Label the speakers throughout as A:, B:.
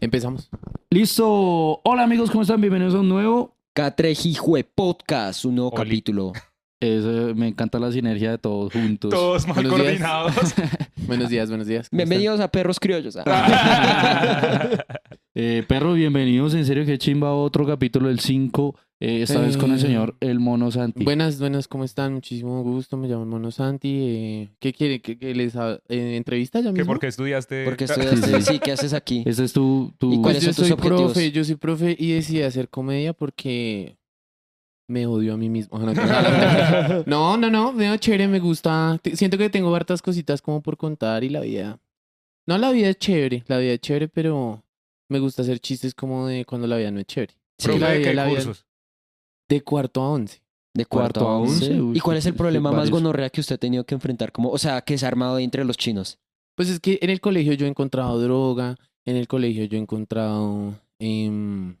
A: Empezamos.
B: Listo. Hola amigos, ¿cómo están? Bienvenidos a un nuevo.
C: Catrejijue Podcast, un nuevo
D: Oli.
C: capítulo.
B: Es, eh, me encanta la sinergia de todos juntos.
D: Todos mal
A: Buenos días.
D: coordinados.
A: Buenos días, buenos días. ¿Cómo
C: Bienvenidos a Perros Criollos. Ah.
B: Eh, perros, bienvenidos. En serio, que chimba otro capítulo del 5. esta vez con el
A: Eh,
B: señor El Mono
A: están?
B: Santi.
A: Buenas, buenas, ¿cómo están? Muchísimo gusto, me llamo Mono Santi. eh, ¿Qué quiere? ¿Que, que les ha- eh, entrevista ya
D: ¿Qué,
A: mismo?
D: ¿Por qué estudiaste?
C: Porque
B: Sí,
C: estudiaste,
B: sí.
C: sí, ¿qué haces aquí?
B: Este es tu... tu-
C: ¿Y
A: Pues
C: cuál ¿Cuáles
A: yo
C: son tus
A: soy
C: objetivos?
A: profe, yo soy profe y decidí hacer comedia porque me odio a mí mismo. Ah, no, No, no, no, veo chévere, me gusta. Te- Siento que tengo hartas cositas como por contar y la vida. No, la vida es chévere, la vida es chévere, pero me gusta hacer chistes como de cuando la vida no es chévere.
C: Sí,
D: Profe,
A: la
D: ¿de
A: vida-
D: qué
A: la vida-
D: cursos?
A: De cuarto a once.
C: de cuarto,
B: cuarto
C: a
B: a
C: once.
B: once, uy,
C: ¿Y cuál es el
B: sí,
C: problema más
B: varios.
C: gonorrea que usted ha tenido que enfrentar? Como, o sea, que es armado de entre los chinos.
A: Pues es que en el colegio yo he encontrado droga, en el colegio yo he encontrado em,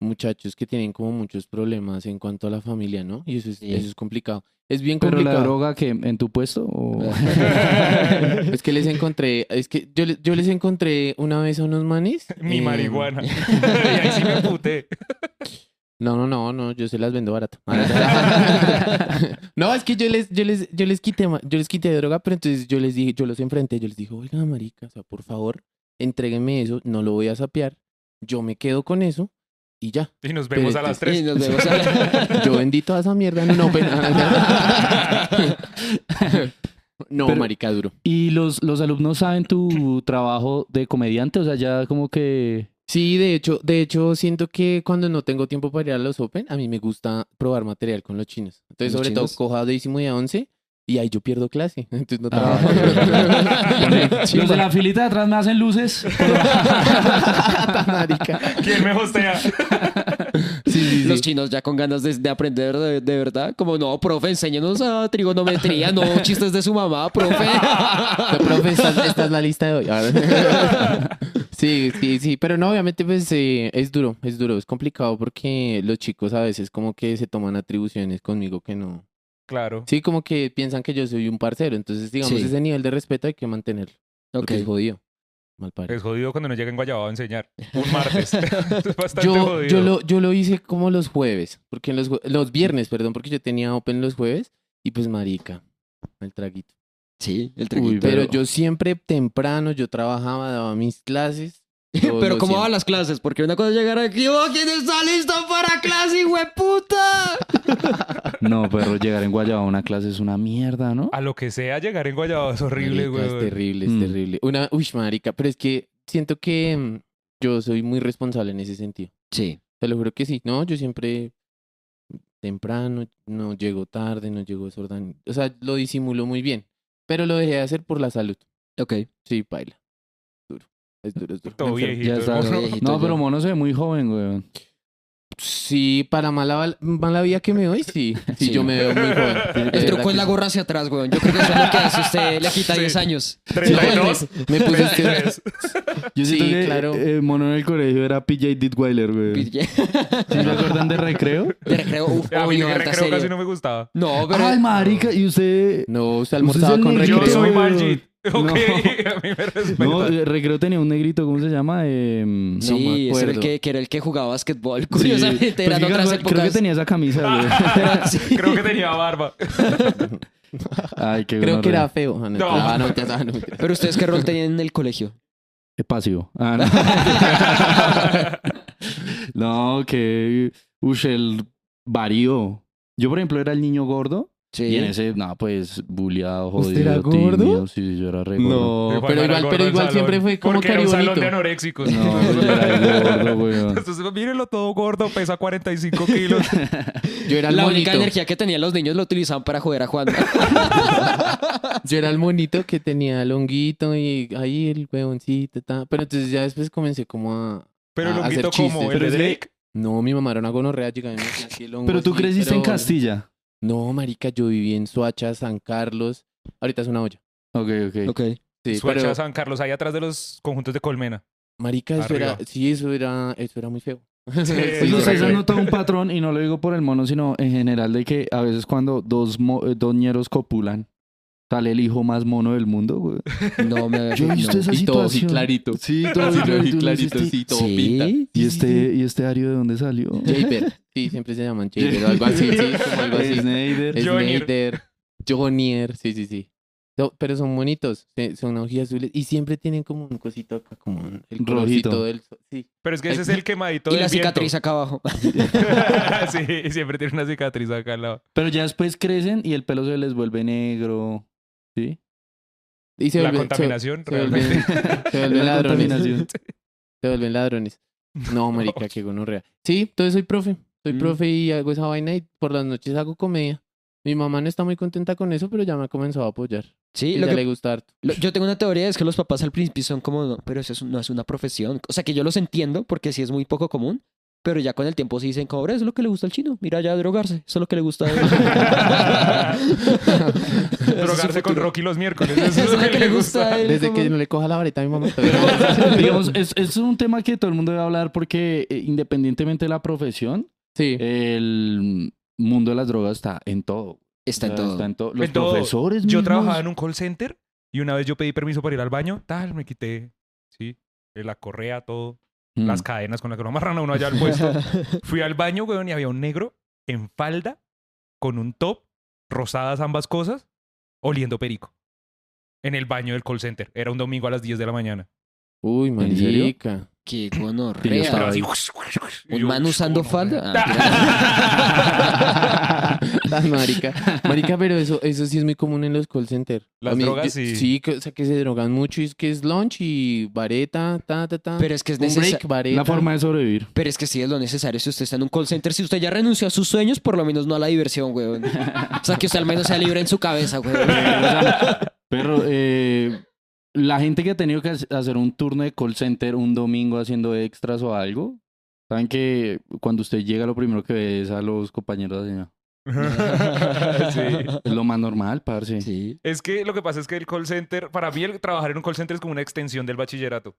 A: muchachos que tienen como muchos problemas en cuanto a la familia, ¿no? Y eso es,
C: Sí.
A: eso es complicado. Es bien
B: ¿Pero la
A: complicado.
B: droga que en tu puesto? o-
C: Ah.
A: Es que les encontré, es que yo, le- yo les encontré una vez a unos manes.
D: Mi
A: em,
D: marihuana. y ahí sí me puté.
A: No, no, no, no, yo se las vendo barato. Ah, no, es que yo les, yo les, yo les quité, ma- yo les quité droga, pero entonces yo les dije, yo los enfrenté, yo les dije, oiga, marica, o sea, por favor, entréguenme eso, no lo voy a sapear, yo me quedo con eso y ya.
D: Y nos vemos
A: Pero
D: a las
A: este-
C: Y
D: tres.
C: nos vemos a la-
A: Yo vendí toda esa mierda en una open. no,
B: Pero-
A: marica, duro.
B: ¿Y los, los alumnos saben tu trabajo de comediante? O sea, ya como que...
A: Sí, de hecho, de hecho, siento que cuando no tengo tiempo para ir a los Open, a mí me gusta probar material con los chinos. Entonces,
C: ¿Los
A: sobre
C: chinos?
A: todo, cojo a décimo y a once y ahí yo pierdo clase. Entonces, no
B: Ah,
A: trabajo.
B: los de la filita de atrás me hacen luces.
A: Marica.
D: ¿Quién me hostea?
A: Sí, sí,
C: Los
A: sí.
C: chinos ya con ganas de, de aprender de, de verdad. Como, no, profe, enséñanos a trigonometría, no chistes de su mamá, profe.
A: No, profe, pues. esta, esta es la lista de hoy. Ah, Sí, sí, sí, pero no, obviamente pues eh, es duro, es duro, es complicado porque los chicos a veces como que se toman atribuciones conmigo que no.
D: Claro.
A: Sí, como que piensan que yo soy un parcero, entonces digamos
C: Sí.
A: ese nivel de respeto hay que mantenerlo.
C: Ok.
A: Porque es jodido. Mal parido.
D: Es jodido cuando no llegan Guayabao a enseñar. Un martes. es bastante
A: Yo,
D: jodido.
A: yo, lo, yo lo hice como los jueves, porque en los, jue- los viernes, perdón, porque yo tenía open los jueves y pues marica, el traguito.
C: Sí, el
B: Uy,
C: traguito.
A: Pero
B: Pero-
A: yo siempre temprano, yo trabajaba, daba mis clases. yo
C: Pero
A: lo
C: ¿cómo
A: siempre-
C: van las clases? Porque una cosa es llegar aquí, oh, ¿quién está listo para clase, hueputa?
B: No, pero llegar en Guayaba a una clase es una mierda, ¿no?
D: A lo que sea llegar en Guayabao es horrible,
A: Marica, Es
D: güey.
A: terrible, es
B: Mm.
A: terrible. Una, uy, marica, pero es que siento que mm, yo soy muy responsable en ese sentido.
C: Sí.
A: Te lo juro que sí. No, yo siempre temprano, no llego tarde, no llego desordenado. O sea, lo disimulo muy bien. Pero lo dejé de hacer por la salud.
C: Ok.
A: Sí, baila. Duro. Es duro, es duro.
D: Todo
A: Me enfermo.
D: viejito.
B: Ya
D: el
B: está.
D: mono.
C: Todo viejito
B: No,
C: ya.
B: pero Mono se ve muy joven, güey.
A: Sí, para mala, val- mala vida que me doy, sí. Sí,
C: Sí.
A: yo me veo muy joven. De
C: El
A: verdad
C: truco
A: que
C: es la
A: sí.
C: gorra hacia atrás, weón. Yo creo que eso es lo que hace usted. Le quita
D: Sí.
C: 10 años.
D: ¿32?
A: Me este, pusiste...
D: 33.
B: Yo
A: Sí,
B: siento que
A: claro.
B: eh, Mono en el colegio era PJ Dittweiler, güey. ¿Sí
C: De
B: se acuerdan de recreo?
C: recreo. Uf,
D: A mí
C: obvio,
D: el
C: alta
D: recreo casi
C: serie.
D: no me gustaba.
C: No, pero...
B: Ay, marica, y usted...
A: No, se almorzaba con
B: Usted es el
A: recreo.
D: Yo
B: Recreo.
D: soy Margit. Ok,
B: No.
D: a mí me respetan.
B: No, eh, recreo tenía un negrito, ¿cómo se llama? Em,
A: No
C: Sí,
A: me
C: ese era el
A: acuerdo.
C: que, que era el que jugaba básquetbol.
B: sí.
C: Curiosamente,
B: Pero
C: eran
B: qué
C: otras
B: casual, Creo que
C: épocas.
B: tenía esa camisa, güey.
C: Era- sí.
D: Creo que tenía barba.
B: Ay, qué
A: Creo que
B: gonorrea.
A: era feo. Ah, No,
D: No.
A: ah, no, mentiras, ah, no, mentiras.
C: Pero ustedes, ¿qué rol tenían en el colegio?
B: Eh, pasivo. Ah, no. no, que... Ush, el varío. Yo, por ejemplo, era el niño gordo. Y en
C: Sí.
B: ese, no, pues, buleado, jodido,
A: ¿Usted era gordo?
B: tímido. Sí, yo era re gordo.
A: No, pero igual, pero igual siempre fue como
D: Porque era un salón
A: caribonito.
D: de anoréxicos.
B: No, yo era gordo, weón.
D: Entonces, mírenlo todo gordo, pesa 45 kilos.
A: Yo era el
C: La
A: monito.
C: única energía que tenían los niños lo utilizaban para joder a Juan.
A: Yo era el monito que tenía el honguito y ahí el huevoncito. ta. Pero entonces ya después comencé como a.
D: Pero
A: Ah,
D: lo quito
A: hacer chistes.
D: como el
A: Pero
B: es
D: de
B: que-
D: Drake.
A: No, mi mamá era una gonorrea. llegaba y me hacía así el hongo
B: Pero tú
A: así,
B: creciste
A: pero-
B: en Castilla.
A: No, marica, yo viví en Soacha, San Carlos. Ahorita es una olla.
B: Ok, ok.
C: Ok.
A: Sí,
D: Suecha,
A: pero
D: San Carlos, ahí atrás de los conjuntos de Colmena.
A: marica, eso
D: Arriba.
A: era, sí, eso era, eso era muy feo.
B: Pues
D: Sí,
B: ustedes
D: sí,
B: han
D: sí.
B: notado un patrón, y no lo digo por el mono, sino en general de que a veces cuando dos mo- eh, dos ñeros copulan, Sale el hijo más mono del mundo, güey.
C: No me
B: Yo he visto
C: no.
B: esa
A: Y todo así
B: situación.
A: clarito.
B: Sí,
A: Todo así, todo
B: clarito,
A: así
B: uno dice,
A: clarito,
B: "Este-
A: sí, todo pinta.
C: Sí.
B: ¿Y este, ¿Y este Ario de dónde salió?
A: Jaber. Sí, siempre se llaman Jaber o algo así, sí, como algo así.
B: Snyder.
D: Jonier.
A: Snyder, Jonier, Er, sí, sí, sí. So- pero son bonitos, se- son hojas azules y siempre tienen como un cosito acá, como un, el
B: Rojito.
A: colorcito del sol. Sí.
D: Pero es que ese es el quemadito
C: Y
D: del
C: la cicatriz
D: viento.
C: acá abajo.
D: sí, siempre tiene una cicatriz acá al lado.
B: Pero ya después crecen y el pelo se les vuelve negro. ¿Sí?
A: Y se
D: La
A: vuelven- se-
D: contaminación
A: se vuelven-
D: realmente.
A: se vuelven
B: La
A: ladrones.
B: contaminación.
A: Se vuelven ladrones. No,
D: Oh.
A: marica, qué gonorrea. Sí, entonces soy profe. Soy
B: Mm.
A: profe y hago esa vaina y por las noches hago comedia. Mi mamá no está muy contenta con eso, pero ya me ha comenzado a apoyar.
C: Sí,
A: Y
C: lo
A: ya
C: que
A: le gusta harto.
C: Lo- Yo tengo una teoría, es que los papás al principio son como, "No, pero eso es un- no es una profesión. O sea, que yo los entiendo porque sí es muy poco común, pero ya con el tiempo sí dicen, como, "Bre, eso es lo que le gusta al chino, mira ya drogarse, eso es lo que le gusta. a él".
D: Drogarse con Rocky los miércoles.
C: Eso es lo que le gusta a él.
A: Desde
C: como-
A: que no le coja la varita a mi mamá.
B: Digamos, es, es un tema que todo el mundo debe hablar porque eh, independientemente de la profesión,
A: Sí.
B: el mundo de las drogas está en todo.
C: Está en
B: O sea,
C: todo.
B: Los
D: En todo.
B: profesores
D: Yo
B: mismos.
D: trabajaba en un call center y una vez yo pedí permiso para ir al baño, tal, me quité, sí, eh, la correa, todo,
B: Mm.
D: las cadenas con las que lo amarran a uno allá al puesto. Fui al baño, weón, y había un negro en falda, con un top, rosadas ambas cosas, oliendo perico. En el baño del call center. Era un domingo a las 10 de la mañana.
A: Uy,
B: serio?
A: marica.
C: Qué
B: Tiene
C: gonorrea.
B: hasta
D: Pero así,
B: Ay.
D: y
C: ¿Un
D: yo,
C: man usando
D: "Cono,
C: falda?
D: weón".
B: Ah,
A: Tan marica. Marica, pero eso, eso sí es muy común en los call centers.
D: Las drogas y-
A: Sí, que- o sea, que se drogan mucho y es que es lunch y vareta, ta, ta, ta.
C: Pero es que es
A: un break,
C: necesario.
A: vareta.
B: La forma de sobrevivir.
C: Pero es que sí es lo necesario si usted está en un call center. Si usted ya renunció a sus sueños, por lo menos no a la diversión, weón. O sea, que usted al menos sea libre en su cabeza, weón.
B: Pero eh, la gente que ha tenido que hac- hacer un turno de call center un domingo haciendo extras o algo, saben que cuando usted llega lo primero que ve es a los compañeros de cena?
D: sí.
B: Es lo más normal, parce.
C: Sí.
D: Es que lo que pasa es que el call center, para mí el trabajar en un call center es como una extensión del bachillerato.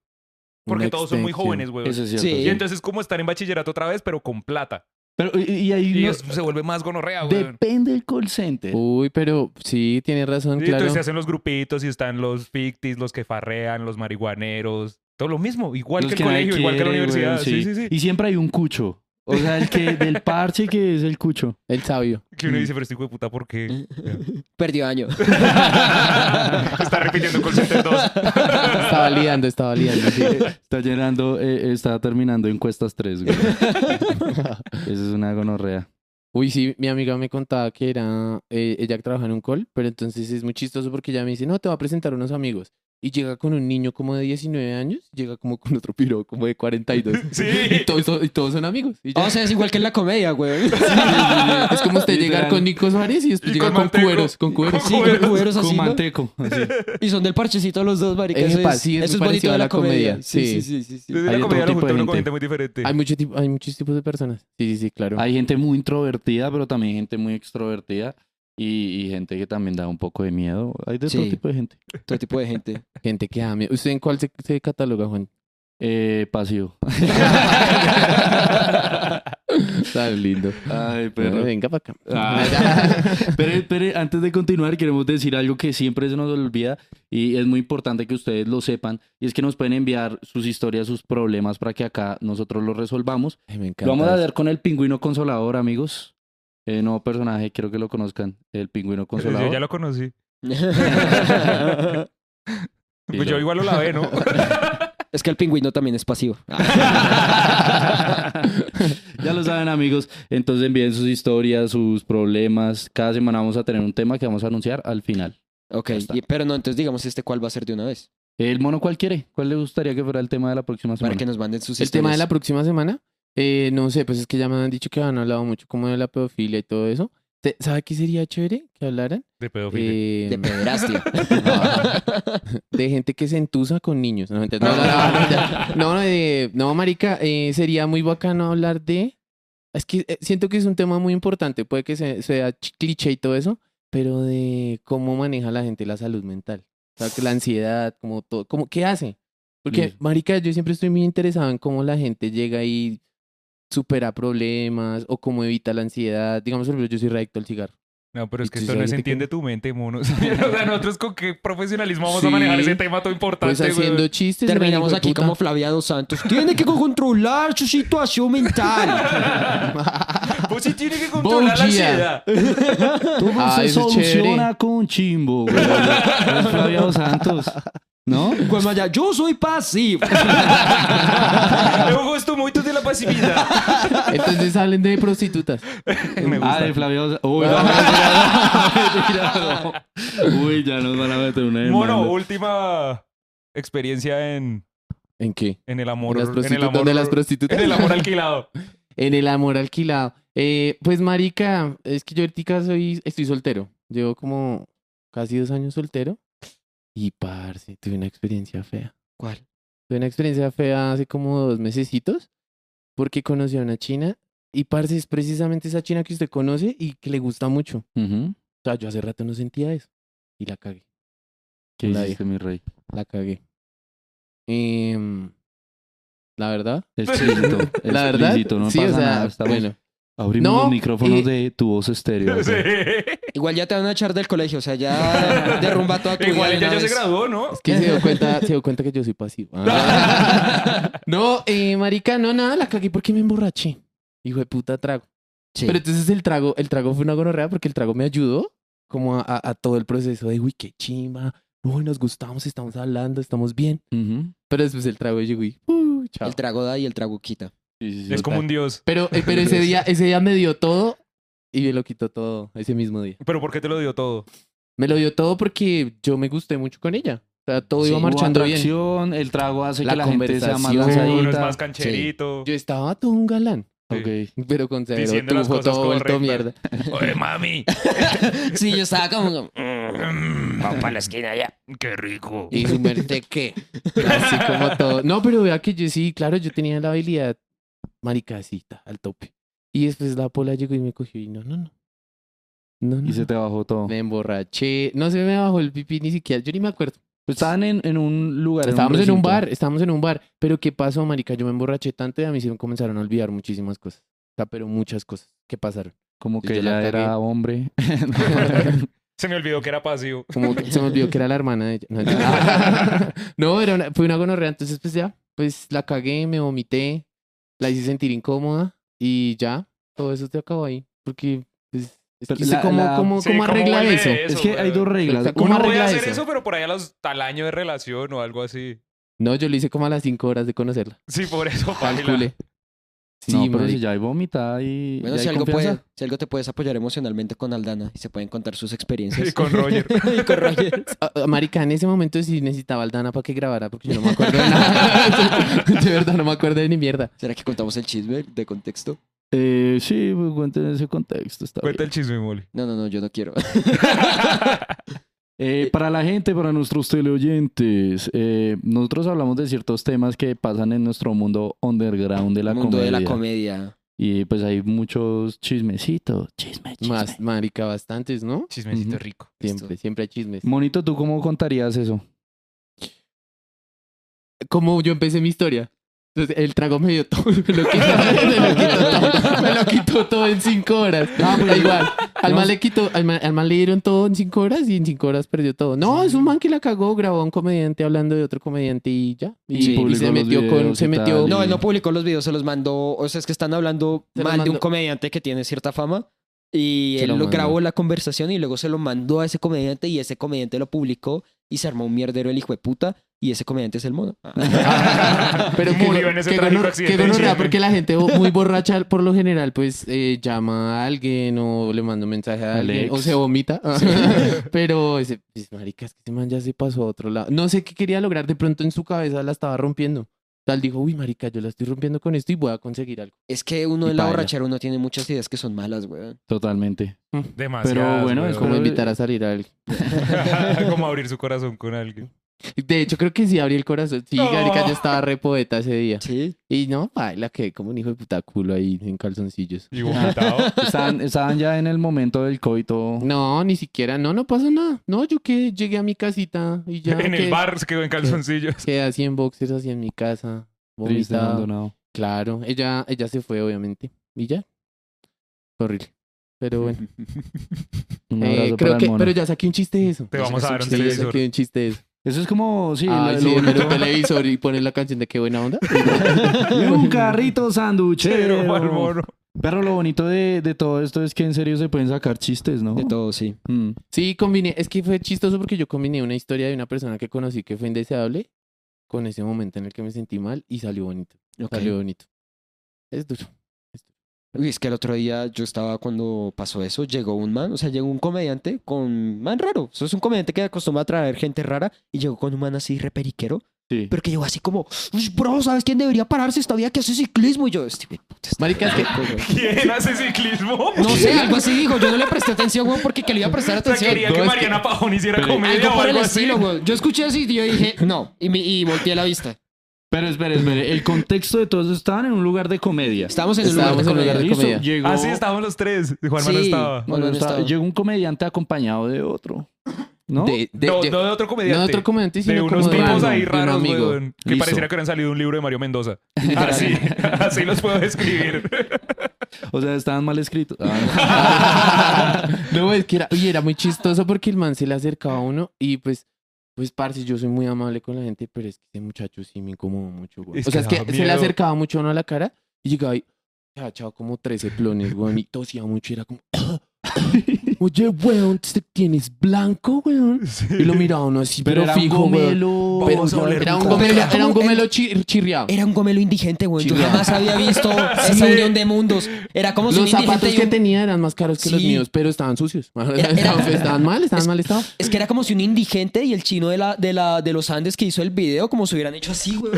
D: Porque
A: Una
D: todos son muy
A: extensión.
D: jóvenes, weón.
B: Eso es cierto.
C: Sí.
D: Y entonces es como estar en bachillerato otra vez, pero con plata.
B: Pero, y, y ahí
D: Y
B: no-
D: es- se vuelve más gonorrea, weón.
B: depende el call center.
A: Uy, pero sí, tienes razón,
D: Y
A: claro.
D: Entonces se hacen los grupitos y están los fictis, los que farrean, los marihuaneros. Todo lo mismo, igual
B: Los
D: que el
B: nadie
D: colegio, igual que la
B: quiere,
D: universidad.
B: weón,
D: sí, sí, sí.
B: Y siempre hay un cucho. O sea, el que del parche que es el cucho.
A: El sabio.
D: Que uno dice, pero este hijo de puta, ¿por qué?
C: Perdió año.
D: Está repitiendo call center 2.
A: Está validando, está validando. sí.
B: Está llenando, eh, está terminando encuestas 3, güey. Esa es una gonorrea.
A: Uy, sí, mi amiga me contaba que era, eh, ella trabaja en un call, pero entonces es muy chistoso porque ella me dice, no, te va a presentar unos amigos. Y llega con un niño como de 19 años, llega como con otro piro como de 42.
D: Sí.
A: Y todos, son- y todos son amigos. Y yo,
C: O sea, es igual que en la comedia, weón.
A: es como usted llegar
B: Literal.
A: con Nico Suárez y después
D: Y
A: llegar
D: con
A: con,
D: Manteco.
A: cuberos, con cuberos.
C: Sí, con cuberos así,
B: Con
C: ¿no?
B: manteco. así.
C: Y son del parchecito los dos, marica. Eso
A: Epa,
C: es,
A: sí, es
C: eso es
A: muy
C: bonito
A: parecido
C: de
A: a
C: la
A: la comedia,
C: comedia. Sí, sí, sí. sí, sí.
D: Desde
B: Hay
D: la
B: otro
D: comedia lo
B: tipo de
D: junta uno con
B: gente.
D: gente muy diferente.
A: Hay, mucho tipo- hay muchos tipos de personas. Sí, sí, sí, claro.
B: Hay gente muy introvertida, pero también gente muy extrovertida. Y, y gente que también da un poco de miedo. Hay de todo
C: Sí.
B: tipo de gente.
C: Todo tipo de gente.
A: Gente que ame. ¿Usted en cuál se, se cataloga, Juan?
B: Eh, pasivo.
A: Está lindo.
B: Ay,
A: Bueno,
B: pero...
A: venga para acá.
B: Ah. Pero, pero antes de continuar, queremos decir algo que siempre se nos olvida y es muy importante que ustedes lo sepan. Y es que nos pueden enviar sus historias, sus problemas para que acá nosotros los resolvamos.
A: Ay, me encanta.
B: Lo vamos a
A: eso.
B: hacer con el pingüino consolador, amigos. Eh, nuevo personaje, quiero que lo conozcan. El pingüino consolador.
D: Yo ya lo conocí.
B: Y
D: Pues
B: lo-
D: yo igual lo lavé, ¿no?
C: es que el pingüino también es pasivo.
B: ya lo saben, amigos. Entonces envíen sus historias, sus problemas. Cada semana vamos a tener un tema que vamos a anunciar al final.
C: ok,
B: Ya está.
C: y- pero no, entonces digamos este cuál va a ser de una vez.
B: El mono, ¿cuál quiere? ¿Cuál le gustaría que fuera el tema de la próxima semana?
C: Para que nos manden sus
A: El tema de la
C: historias.
A: próxima semana, eh, no sé, pues es que ya me han dicho que han hablado mucho como de la pedofilia y todo eso. Te- ¿Sabe qué sería chévere que hablaran?
D: De pedofilia.
A: Eh,
C: De pederastia.
A: de gente que se entusa con niños. No, mentira, no, no, no, no, ya. No, no, eh, no, marica, eh, sería muy bacano hablar de... Es que eh, siento que es un tema muy importante, puede que se- sea ch- cliché y todo eso, pero de cómo maneja la gente la salud mental. O sea, que la ansiedad, como todo, como, ¿qué hace? Porque,
C: Mm.
B: Listo.
A: marica, yo siempre estoy muy interesado en cómo la gente llega y supera problemas o cómo evita la ansiedad. Digamos, por ejemplo, yo soy adicto al cigarro.
D: No,
A: ¿Y
D: pero es que
A: si
D: esto
A: se
D: no se
A: ahorita
D: entiende tu mente, monos. o sea, nosotros con qué profesionalismo vamos a
A: Sí.
D: manejar ese tema tan importante,
A: Pues haciendo
D: güey.
A: chistes.
C: Terminamos
A: gran
C: aquí
A: hijueputa.
C: como Flaviano Santos. Tiene que controlar su situación mental.
D: Pues sí tiene que controlar la
A: Bougia.
D: ansiedad.
B: Todo
A: Ah,
B: se
A: eso es chévere.
B: soluciona con chimbo, güey. Es Flavio Santos. ¿No?
C: Pues Maya, yo soy pasivo.
D: Eu gosto muito de la pasividad.
A: Entonces salen de prostitutas.
D: Me
B: Ah,
D: gusta.
B: de Flavio Uy, no, mentira, no. Uy, ya nos van a meter una demanda.
D: Mono, última experiencia en,
A: ¿En qué?
D: en el amor.
A: Las
D: en el
A: prostitutas
D: amor
A: de las prostitutas.
D: En el amor alquilado.
A: En el amor alquilado. Eh, pues, marica, es que yo ahorita soy, estoy soltero. Llevo como casi dos años soltero. Y, parce, tuve una experiencia fea.
C: ¿Cuál?
A: Tuve una experiencia fea hace como dos mesecitos porque conocí a una china. Y, parce, es precisamente esa china que usted conoce y que le gusta mucho.
B: Ujú.
A: O sea, yo hace rato no sentía eso. Y la cagué.
B: ¿Qué
A: La
B: hiciste, mi rey?
A: La cagué. Em, la verdad.
B: Explícito.
A: La verdad.
B: explícito, No
A: sí,
B: pasa
A: o sea,
B: nada. estamos-
A: bueno.
B: Abrimos
A: No,
B: los micrófonos
A: y-
B: de tu voz estéreo.
D: Sí.
B: acá.
C: Igual ya te van a echar del colegio, o sea, Ah, ya derrumba toda tu vida
D: Igual
C: de
D: ella
C: una
D: ya se
C: vez.
D: graduó, ¿no?
A: Es que se dio cuenta, se dio cuenta que yo soy pasivo. Ah. no, eh, marica, no, nada, la cagué porque me emborraché. Hijo de puta trago.
C: Sí.
A: Pero entonces el trago, el trago fue una gonorrea porque el trago me ayudó como a, a- a todo el proceso de, uy, qué chimba. Uy, nos gustamos, estamos hablando, estamos bien.
B: Ujú.
A: Pero después el trago llegó y, uh, chao.
C: El trago da y el trago quita.
B: Sí, sí, sí,
D: Es como un dios.
A: Pero, eh, pero ese día, ese día me dio todo y me lo quitó todo ese mismo día.
D: Pero ¿por qué te lo dio todo?
A: Me lo dio todo porque yo me gusté mucho con ella. O sea, todo
C: Sí,
A: iba
B: Hubo
A: marchando bien.
B: atracción, El trago hace
A: La
B: que la gente sea más
A: conversación.
D: Sí, uno es
B: lanzadita.
D: más cancherito.
A: Yo estaba todo un galán,
B: Ok.
A: pero con cero
D: Diciendo las
A: trufo,
D: cosas
A: todo vuelto
D: correctas.
A: mierda.
D: Oye, mami.
C: Sí, yo estaba como...
D: Vamos para la esquina ya. Qué rico.
A: Y su merced, qué. Así como todo. No, pero vea que yo sí, claro, yo tenía la habilidad maricacita al tope. Y después la pola llegó y me cogió y no, no, no. No, no.
B: Y se te bajó todo.
A: no. Me emborraché. No se me bajó el pipí ni siquiera. Yo ni me acuerdo.
B: Pues estaban en, en un lugar.
A: Estábamos en un
B: recinto.
A: bar, estábamos en un bar. Pero ¿qué pasó, marica? Yo me emborraché tanto y a mí se me comenzaron a olvidar muchísimas cosas. O sea, pero muchas cosas que pasaron.
B: Como
A: Y
B: que
A: yo la
B: ya
A: cagué.
B: era hombre.
D: Se me olvidó que era pasivo.
A: Como que se me olvidó que era la hermana de ella. No, ya. No, era una- fue una gonorrea. Entonces, pues ya, pues la cagué, me vomité, la hice sentir incómoda y ya, todo eso te acabó ahí. Porque, pues, es que
B: Pero
A: sé
B: la-
A: cómo,
B: la-
A: cómo,
D: Sí,
A: cómo
D: ¿cómo
A: arregla
D: vuelve
A: eso.
D: Eso,
B: es que hay
D: güey.
B: dos
A: O sea,
B: reglas.
A: ¿cómo
D: Uno puede
A: arregla
D: hacer
A: eso?
D: eso, pero por ahí a los, al año de relación o algo así.
A: No, yo lo hice como a las 5 horas de conocerla.
D: Sí, por eso, paila.
A: Calculé. Sí,
B: no, pero si
A: marica.
B: ya hay vomitada y.
C: Bueno,
B: ya
C: si
B: hay
C: algo,
B: confianza.
C: puede- si algo te puedes apoyar emocionalmente con Aldana y se pueden contar sus experiencias.
D: Y con Roger.
C: Y con Roger.
A: Ah, ah, Marica, en ese momento sí necesitaba al Dana para que grabara, porque yo no me acuerdo de nada. de verdad, no me acuerdo de ni mierda.
C: ¿Será que contamos el chisme de contexto?
B: Eh, sí, pues cuenten ese contexto. Está
D: Cuenta
B: bien.
D: el chisme, Mole.
C: No, no, no, yo no quiero.
B: Eh, para la gente, para nuestros teleoyentes, eh, nosotros hablamos de ciertos temas que pasan en nuestro mundo underground de la
C: mundo
B: comedia.
C: de la comedia.
B: y pues hay muchos chismecitos. Chisme, chisme.
A: Más, marica, bastantes, ¿no?
D: Chismecito
B: Ujú.
D: rico.
A: Siempre,
C: Listo.
A: siempre hay chismes.
B: Monito, ¿tú cómo contarías eso?
A: como yo empecé mi historia. Entonces, el trago me dio todo, me lo quitó, me lo quitó todo, me lo quitó todo en cinco horas.
B: Ah, pues,
A: Da igual, al
B: no.
A: man le quitó, al man, al man le dieron todo en cinco horas y en cinco horas perdió todo. No, es un man que la cagó, grabó a un comediante hablando de otro comediante y ya. Y,
B: Sí,
A: y
B: publicó
A: se
B: los
A: metió con,
B: videos
A: se
B: y
A: metió.
B: tal.
C: No,
B: Sí.
C: él no publicó los videos, se los mandó. O sea, es que están hablando
A: Se los
C: mal de un
A: mandó.
C: comediante que tiene cierta fama. Y
B: Se
C: él
B: lo
C: lo,
B: mandó.
C: grabó la conversación y luego se lo mandó a ese comediante y ese comediante lo publicó y se armó un mierdero el hijo de puta y ese comediante es el mono. Ah.
A: Pero que
D: Murió en ese trágico accidente de Chile.
A: porque la gente bo- muy borracha por lo general pues eh, llama a alguien o le manda un mensaje a
B: Al
A: alguien o
B: ex.
A: se vomita. Pero ese, pues, marica, es que ese man ya se pasó a otro lado. No sé qué quería lograr, de pronto en su cabeza la estaba rompiendo. Tal dijo, uy, marica, yo la estoy rompiendo con esto y voy a conseguir algo.
C: Es que uno
B: Y
C: en la
B: baila.
C: borrachera uno tiene muchas ideas que son malas, weón.
B: Totalmente.
D: Demasiado.
B: bueno, es
A: Como
B: Pero-
A: invitar a salir a alguien.
D: como abrir su corazón con alguien.
A: De hecho, creo que sí abrí el corazón. Sí,
D: No.
A: marica, yo estaba re poeta ese día.
C: Sí.
A: Y no, la quedé como un hijo de puta culo ahí en calzoncillos.
D: Y vomitado.
B: Estaban, estaban ya en el momento del coito.
A: No, ni siquiera, no, no pasó nada. No, yo que llegué a mi casita y ya.
D: en el
A: que-
D: bar se quedó en calzoncillos.
A: Quedé así en boxers, así en mi casa.
B: Triste,
A: Vomitado.
B: abandonado.
A: Claro, ella, ella se fue, obviamente. Y ya. Fue Horrible. Pero bueno.
B: Un
A: Eh,
B: abrazo para
A: creo
B: el
A: que,
B: mono.
A: pero ya saqué un chiste de eso.
D: Te vamos a dar un
A: Sí, ya
D: televisor.
A: saqué un chiste de eso.
B: Eso es como, sí,
A: Ah,
B: lo-
A: sí,
B: lo
A: en
B: bonito.
A: el televisor y pones la canción de qué buena onda.
B: Y un carrito
D: Pero,
B: sanduchero.
D: Marmoro.
B: Pero lo bonito de, de todo esto es que en serio se pueden sacar chistes, ¿no?
C: De todo, sí.
B: Mm.
A: Sí, combiné. Es que fue chistoso porque yo combiné una historia de una persona que conocí que fue indeseable con ese momento en el que me sentí mal y salió bonito.
C: Ok.
A: Salió bonito. Es duro.
C: Uy, es que el otro día yo estaba cuando pasó eso, llegó un man, o sea, llegó un comediante con man raro. Eso es un comediante que acostumbra a traer gente rara y llegó con un man así reperiquero,
B: Sí.
C: pero que llegó así como, "Uy, bro, ¿sabes quién debería pararse esta vida que hace ciclismo? Y yo, este hijo de puta, este
A: Marica, es que-
C: loco, güey".
D: ¿Quién hace ciclismo?
C: No pues, sé, algo así dijo. Yo no le presté atención, güey, porque que le iba a prestar
D: O sea,
C: atención.
D: quería
A: no,
D: que
A: es
D: Mariana Pajón hiciera
B: Pero-
D: comedia
C: Algo
D: o
C: por el
D: algo así.
C: estilo, güey. Yo escuché así y yo dije, no. Y, me- y volteé la vista.
B: Pero espere, espere. El contexto de todo eso estaban en un lugar de comedia.
C: Estábamos en un lugar de
A: Estábamos en un lugar
C: comedia.
A: de
B: Listo,
A: comedia.
B: Llegó,
D: Así Ah, estábamos los tres. Juanma no
C: Sí.
D: estaba.
B: bueno,
C: Bueno,
B: estaba-
C: estaba-
B: llegó un comediante acompañado de otro. ¿No?
A: De, de-
D: no,
A: de-
D: no de otro comediante.
A: no de otro comediante, sino
D: de unos
A: como de,
D: tipos
A: random,
D: ahí
A: de un
D: raros,
A: amigo.
D: weón, que
B: Listo.
D: pareciera que hubieran salido de un libro de Mario Mendoza. Así, así los puedo describir.
B: O sea, estaban mal escritos. Ah,
A: no, es que era, oye, era muy chistoso porque el man se le acercaba a uno y pues, pues, parce, yo soy muy amable con la gente, pero es que este muchacho sí me incomodó mucho, güey.
D: Es
A: o sea, es
D: que
A: que
D: daba
A: se le
D: miedo.
A: acercaba mucho a uno a la cara y llegaba ahí, chao, chao, como 13 clones, güey, y tosía mucho y era como, oye, weón, ¿te tienes blanco, weón? Y lo miraba uno así, pero,
B: era un
A: fijo, weón.
B: gomelo.
A: Pero
D: Vamos a oler
A: era un
D: tu
A: gomelo,
C: cara.
A: era un
C: Pero-
A: gomelo chi- chirriado.
C: Era un gomelo indigente, güey. Yo
A: Chingado.
C: jamás había visto esa unión de mundos. Era como si un
A: Los
C: indigente
A: zapatos
C: y
A: que
C: un-
A: tenía eran más caros que los
C: Sí.
A: míos, pero estaban sucios.
C: era-
A: estaban, estaban mal, estaban
C: es-
A: mal estado.
C: Es que era como si un indigente y el chino de, la, de, la, de los Andes que hizo el video, como se hubieran hecho así, güey.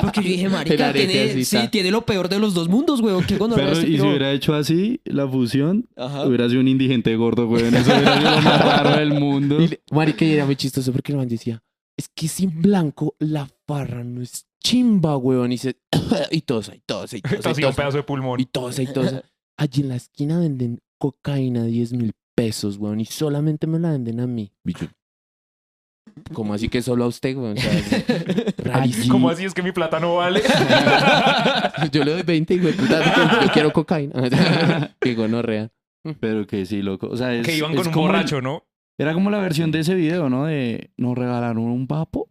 C: Porque yo dije,
A: El
C: marica,
A: arete
C: tiene,
A: así,
C: sí,
A: ta.
C: tiene lo peor de los dos mundos, güey. Qué gonorrea
B: Pero,
C: este
B: y si
C: piro.
B: hubiera hecho así, la fusión,
D: Ah.
C: Ajá.
B: hubiera sido un indigente gordo, güey. Eso hubiera sido lo más raro del mundo.
A: Y le- Marica, y era muy chistoso porque el man decía, es que sin blanco la farra no es chimba, weón. Y se... Y todos ahí, todos ahí, todos ahí,
D: Así un
A: todos
D: pedazo de pulmón.
A: Y todos ahí, todos ahí. Allí en la esquina venden cocaína a 10 mil pesos, weón. Y solamente me la venden a mí. Y yo, ¿Cómo así que solo a usted, weón? O sea, rarísimo.
D: ¿Cómo así es que mi plata no vale?
A: Yo le doy 20 y güey, puta, yo quiero cocaína. Digo, no, rea.
B: Pero que sí, loco. O sea, es,
D: que iban
B: es
D: con un
B: como el-
D: borracho, ¿no?
B: era como la versión de ese video, ¿no? De nos regalaron un vapo,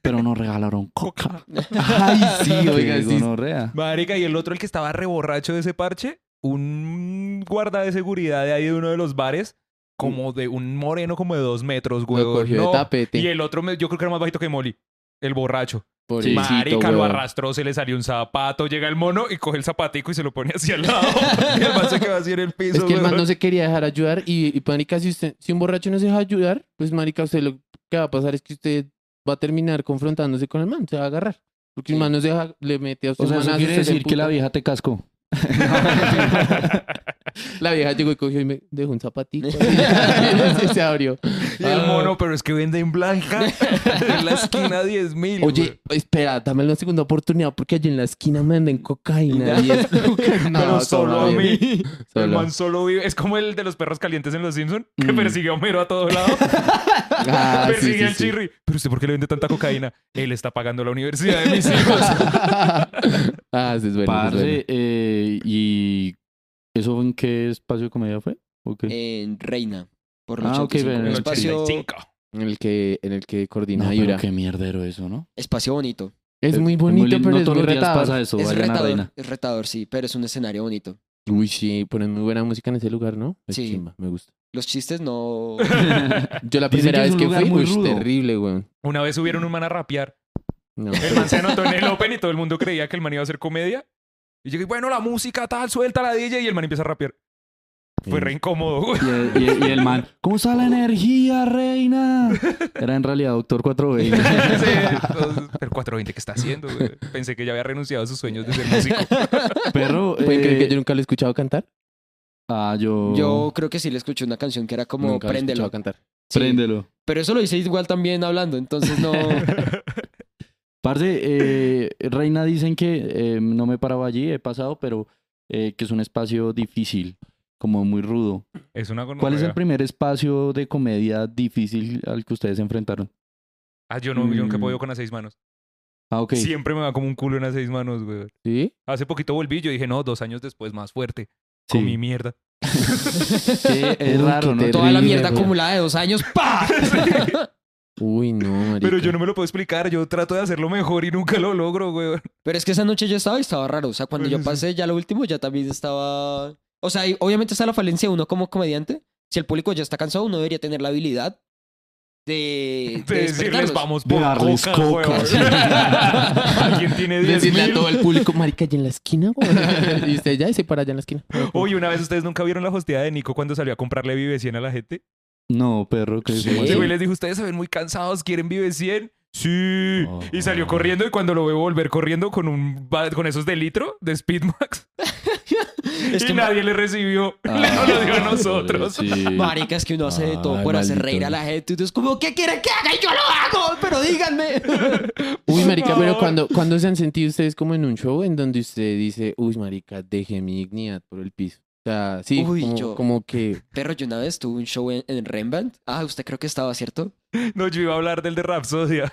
B: pero nos regalaron coca.
A: Ay, sí, oiga,
B: Qué
A: sí.
B: gonorrea.
D: Marica, y el otro, el que estaba reborracho de ese parche, un guarda de seguridad de ahí de uno de los bares, como de un moreno como de dos metros, güey.
A: Mm. Lo cogió de tapete.
D: Y el otro, me- yo creo que era más bajito que Molly. El borracho.
A: Pobrecito,
D: Marica, lo
A: weón.
D: arrastró, se le salió un zapato, llega el mono y coge el zapatico y se lo pone hacia el lado. y el man se quedó así en el piso.
A: Es que el man
D: weón.
A: no se quería dejar ayudar y, y marica, si, usted, si un borracho no se deja ayudar, pues marica, usted lo que va a pasar es que usted va a terminar confrontándose con el man, se va a agarrar. Porque el man no se deja, le mete a usted
B: O sea,
A: un
B: eso
A: manazo,
B: quiere
A: usted se
B: decir que la
A: emputa.
B: vieja te cascó.
A: La vieja llegó y cogió y me dejó un zapatito. y se abrió.
D: Y el mono, pero es que vende en blanca en la esquina 10 mil.
A: Oye, espera, dame una segunda oportunidad porque allí en la esquina me venden cocaína. y es... No,
D: pero solo
A: toma,
D: a
A: bien.
D: mí. El
A: Solo. Mm.
D: man solo vive. Es como el de los perros calientes en Los Simpsons, que persigue a Homero a todos lados.
A: Ah, sí,
D: persigue
A: sí,
D: al
A: sí.
D: Chirri. Pero usted, ¿por qué le vende tanta cocaína? Él está pagando la universidad de mis hijos.
A: ah, sí, es bueno. sí, es bueno.
B: Parce, eh, ¿y eso en qué espacio de comedia fue? ¿O qué?
A: Eh,
C: En Reina. Por el
B: Ah, ok,
C: 85.
B: pero
D: En
C: un
B: el
C: espacio,
D: 85.
A: En el que, en el que coordina
B: no,
A: Yura.
B: pero qué mierdero eso, ¿no?
C: espacio bonito.
A: Es muy
B: muy
A: bonito,
B: lindo,
A: pero
B: no
A: es
B: todos
A: muy
B: los días
A: retador.
B: pasa eso,
C: es
B: vayan a
C: retador.
B: Reina.
C: Es retador, sí, pero es un escenario bonito.
A: Uy, sí, ponen muy buena música en ese lugar, ¿no? Es
C: Sí.
A: chimba, me gusta.
C: Los chistes no.
A: Yo la
B: Dicen que
A: primera
B: es
A: vez
B: un
A: que
B: lugar
A: fui,
B: muy
A: uy,
B: rudo.
A: terrible, weón.
D: Una vez subieron un man a rapear.
A: No,
D: El man se anotó en el Open y todo el mundo creía que el man iba a hacer comedia. Y llegué, bueno, la música tal, suelta la DJ y el man empieza a rapear. Fue re incómodo, güey.
B: Y el, y el- y el man, ¿cómo está la energía, reina? Era en realidad Doctor 420.
D: Sí, entonces, pero 420, ¿qué está haciendo? güey? Pensé que ya había renunciado a sus sueños de ser músico.
B: Pero.
A: ¿Pueden creer que
B: eh,
A: yo nunca lo he escuchado cantar?
B: Ah, yo.
C: Yo creo que sí le escuché una canción que era como
A: nunca lo he
C: Préndelo.
A: escuchado cantar.
C: Sí,
B: Préndelo.
C: Pero eso lo hice igual también hablando, entonces no.
B: Parce, eh, Reina dicen que eh, no me he parado allí, he pasado, pero eh, que es un espacio difícil, como muy rudo.
D: Es una gonorrea.
B: ¿Cuál es el primer espacio de comedia difícil al que ustedes se enfrentaron?
D: Ah, yo no, yo nunca he
B: Mm.
D: podido con las seis manos.
B: Ah, ok.
D: Siempre me va como un culo en las seis manos, güey.
A: ¿Sí?
D: Hace poquito volví, yo dije, no, dos años después, más fuerte.
B: Sí.
D: Comí mierda.
B: Qué- es
A: Uy,
B: raro,
A: qué
B: ¿no?
A: terrible.
C: Toda la mierda
A: güey.
C: acumulada de dos años, ¡pa!
A: Uy, no, marica.
D: Pero yo no me lo puedo explicar. Yo trato de hacerlo mejor y nunca lo logro, güey.
C: Pero es que esa noche yo estaba y estaba raro. O sea, cuando yo
D: Bueno, sí.
C: pasé ya lo último, ya también estaba. O sea, y obviamente está la falencia de uno como comediante. Si el público ya está cansado, uno debería tener la habilidad de.
D: De decirles,
C: despertarlos.
D: vamos
B: De
D: por
B: darles
D: coca,
B: cocas.
D: huevón. Alguien tiene 10
A: Decirle a
D: mil?
A: todo el público, marica, allá en la esquina, güey. Y usted allá y se para allá en la esquina.
D: Oye, una vez ustedes nunca vieron la hostia de Nico cuando salió a comprarle Vive 100 a la gente.
B: No, perro, que
A: Sí.
B: es
D: Ese
A: ¿Eh?
D: güey les dijo, ustedes se ven muy cansados, ¿quieren Vive 100? Sí.
A: Ah.
B: Oh.
D: Y salió corriendo y cuando lo veo volver corriendo con un ba- con esos de litro de Speedmax
C: Es que,
D: y nadie le recibió.
A: Ah.
D: No lo dio a nosotros.
C: marica, es que uno hace de todo
B: Ay,
C: por hacer
B: maldito.
C: reír a la gente. Entonces, como, ¿qué quiere que haga? Y yo lo hago, pero díganme.
A: Uy, marica,
D: favor.
A: pero cuando, cuando se han sentido ustedes como en un show en donde usted dice, uy, marica, dejé mi dignidad por el piso. O sea, sí,
C: Uy,
A: como,
C: yo.
A: como que...
C: Pero yo una vez tuve un show en, en Rembrandt. Ah, usted creo que estaba, ¿cierto?
D: No, yo iba a hablar del de Rapsodia.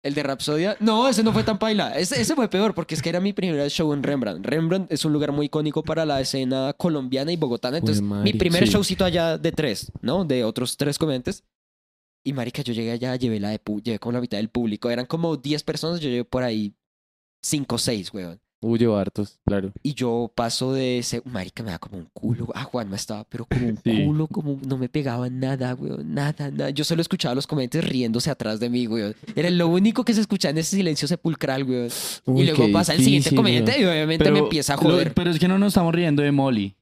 C: El de Rapsodia. No, ese no fue tan paila. Ese, ese fue peor porque es que era mi primer show en Rembrandt. Rembrandt es un lugar muy icónico para la escena colombiana y bogotana. Entonces,
A: Jue
C: mi
A: madre,
C: primer
A: sí.
C: showcito allá de tres, ¿no? De otros tres comediantes. Y marica, yo llegué allá, llevé la de pu- llevé como la mitad del público. Eran como 10 personas, yo llevé por ahí 5 o 6, weón.
A: Uy, yo hartos, claro.
C: Y yo paso de ese, marica, me da como un culo. Ah, Juan, me estaba, pero como un
B: Sí.
C: culo, como un- no me pegaba nada, weón, nada, nada. Yo solo escuchaba a los comediantes riéndose atrás de mí, weón. Era lo único que se escuchaba en ese silencio sepulcral, weón.
A: Uy,
C: y luego
A: qué
C: pasa el siguiente
A: difícil,
C: comediante
A: güey.
C: y obviamente me empieza a
B: lo-
C: joder.
B: pero es que no nos estamos riendo de Molly.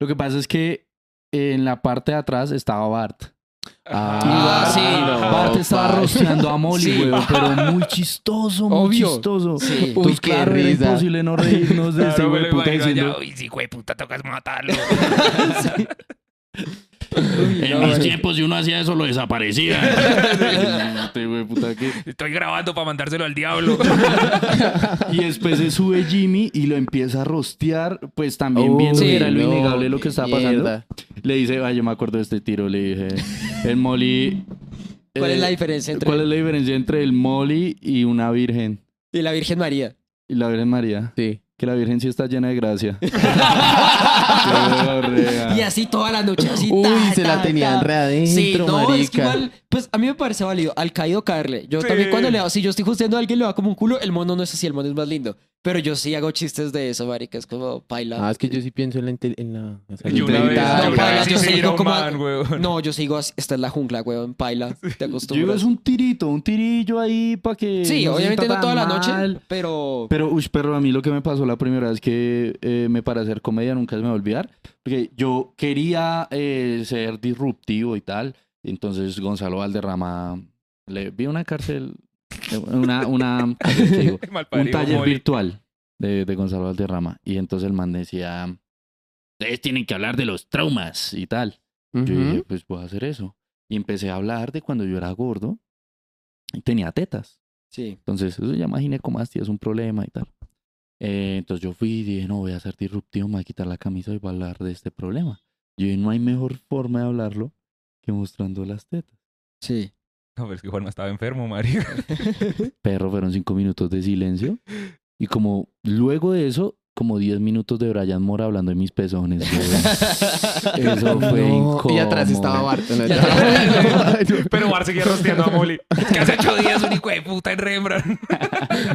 B: Lo que pasa es que eh, en la parte de atrás estaba Bart.
A: Ah,
C: Ah, sí,
A: no,
B: Bart estaba
A: parce.
B: rosteando a Molly,
C: Sí.
B: güey, pero muy chistoso, muy
C: Obvio.
B: chistoso.
C: Sí.
A: Uy,
B: Entonces,
A: qué
B: Pues claro, era
A: risa.
B: imposible no reírnos de ese
D: Claro, me
B: güey
D: lo
B: puta
D: imagino
B: diciendo,
D: allá, "Uy, sí, güey, puta, tocas matarlo.
C: Uy, no, marica.
B: tiempos, si uno hacía eso, lo desaparecía. Este güey puta que-
D: Estoy grabando para mandárselo al diablo.
B: y después se sube Jimmy y lo empieza a rostear, pues también
A: Uy,
B: viendo que era lo
A: no,
B: innegable lo que estaba pasando.
A: mierda.
B: Le dice, ay, yo me acuerdo de este tiro, le dije, el Molly...
C: ¿Cuál es la
B: eh,
C: diferencia entre
B: ¿Cuál es la diferencia entre el Molly y una virgen?
C: y la Virgen María?
B: Y la Virgen María.
A: Sí.
B: Que la Virgen sí está llena de gracia. Qué borrea.
C: Y así toda la noche, así.
A: Uy,
C: ta,
A: se la
C: ta,
A: tenía
C: ta.
A: enredada
C: Sí,
A: adentro,
C: no,
A: marica.
C: es que igual, pues a mí me parece válido. Al caído caerle. Yo
D: Sí.
C: también cuando le hago, si yo estoy justeando a alguien, le va como un culo, el mono no es así, el mono es más lindo. Pero yo sí hago chistes de eso, marica. Es como
A: Ah,
C: paila.
A: es que yo sí pienso en la... inte- En la, o sea, la
D: Y una vez,
A: integridad.
D: yo
C: No,
D: una
C: paila,
D: vez
C: yo
D: hice
C: sigo
D: Iron
C: como-
D: Man, weón.
C: No, yo sigo así. Esta es la jungla, weón. Paila. Te
B: Yo digo,
C: acostumbras.
B: es un tirito, un tirillo ahí para que.
C: Sí,
B: no se
C: obviamente
B: sienta
C: no toda la
B: tan
C: noche,
B: mal.
C: pero.
B: Pero, uy, pero a mí lo que me pasó la primera vez que eh, me para hacer comedia nunca se me va a olvidar. Porque yo quería eh, ser disruptivo y tal. Entonces Gonzalo Valderrama le vi una cárcel. Una, una cárcel que digo,
D: Mal
B: un
D: parido,
B: taller
D: Molly.
B: virtual de, de Gonzalo Valderrama. Y entonces el man decía, ustedes tienen que hablar de los traumas y tal. Yo dije,
A: Ujú.
B: pues voy a hacer eso. Y empecé a hablar de cuando yo era gordo y tenía tetas.
C: Sí.
B: Entonces, eso se llama ginecomastia, es un problema y tal. Eh, entonces yo fui y dije, no, voy a ser disruptivo, me voy a quitar la camisa y voy a hablar de este problema. Yo dije, no hay mejor forma de hablarlo que mostrando las tetas.
C: Sí.
D: No, pero es que Juanma estaba enfermo, Mario.
B: Perro, fueron cinco minutos de silencio. Y como luego de eso, como diez minutos de Brian Mora hablando de mis pezones. güey. Eso fue
A: No,
B: incómodo.
A: Y atrás estaba Bart. ¿no?
D: Pero Bar seguía rosteando a Molly. Que hace ocho días un hijo de puta en Rembrandt.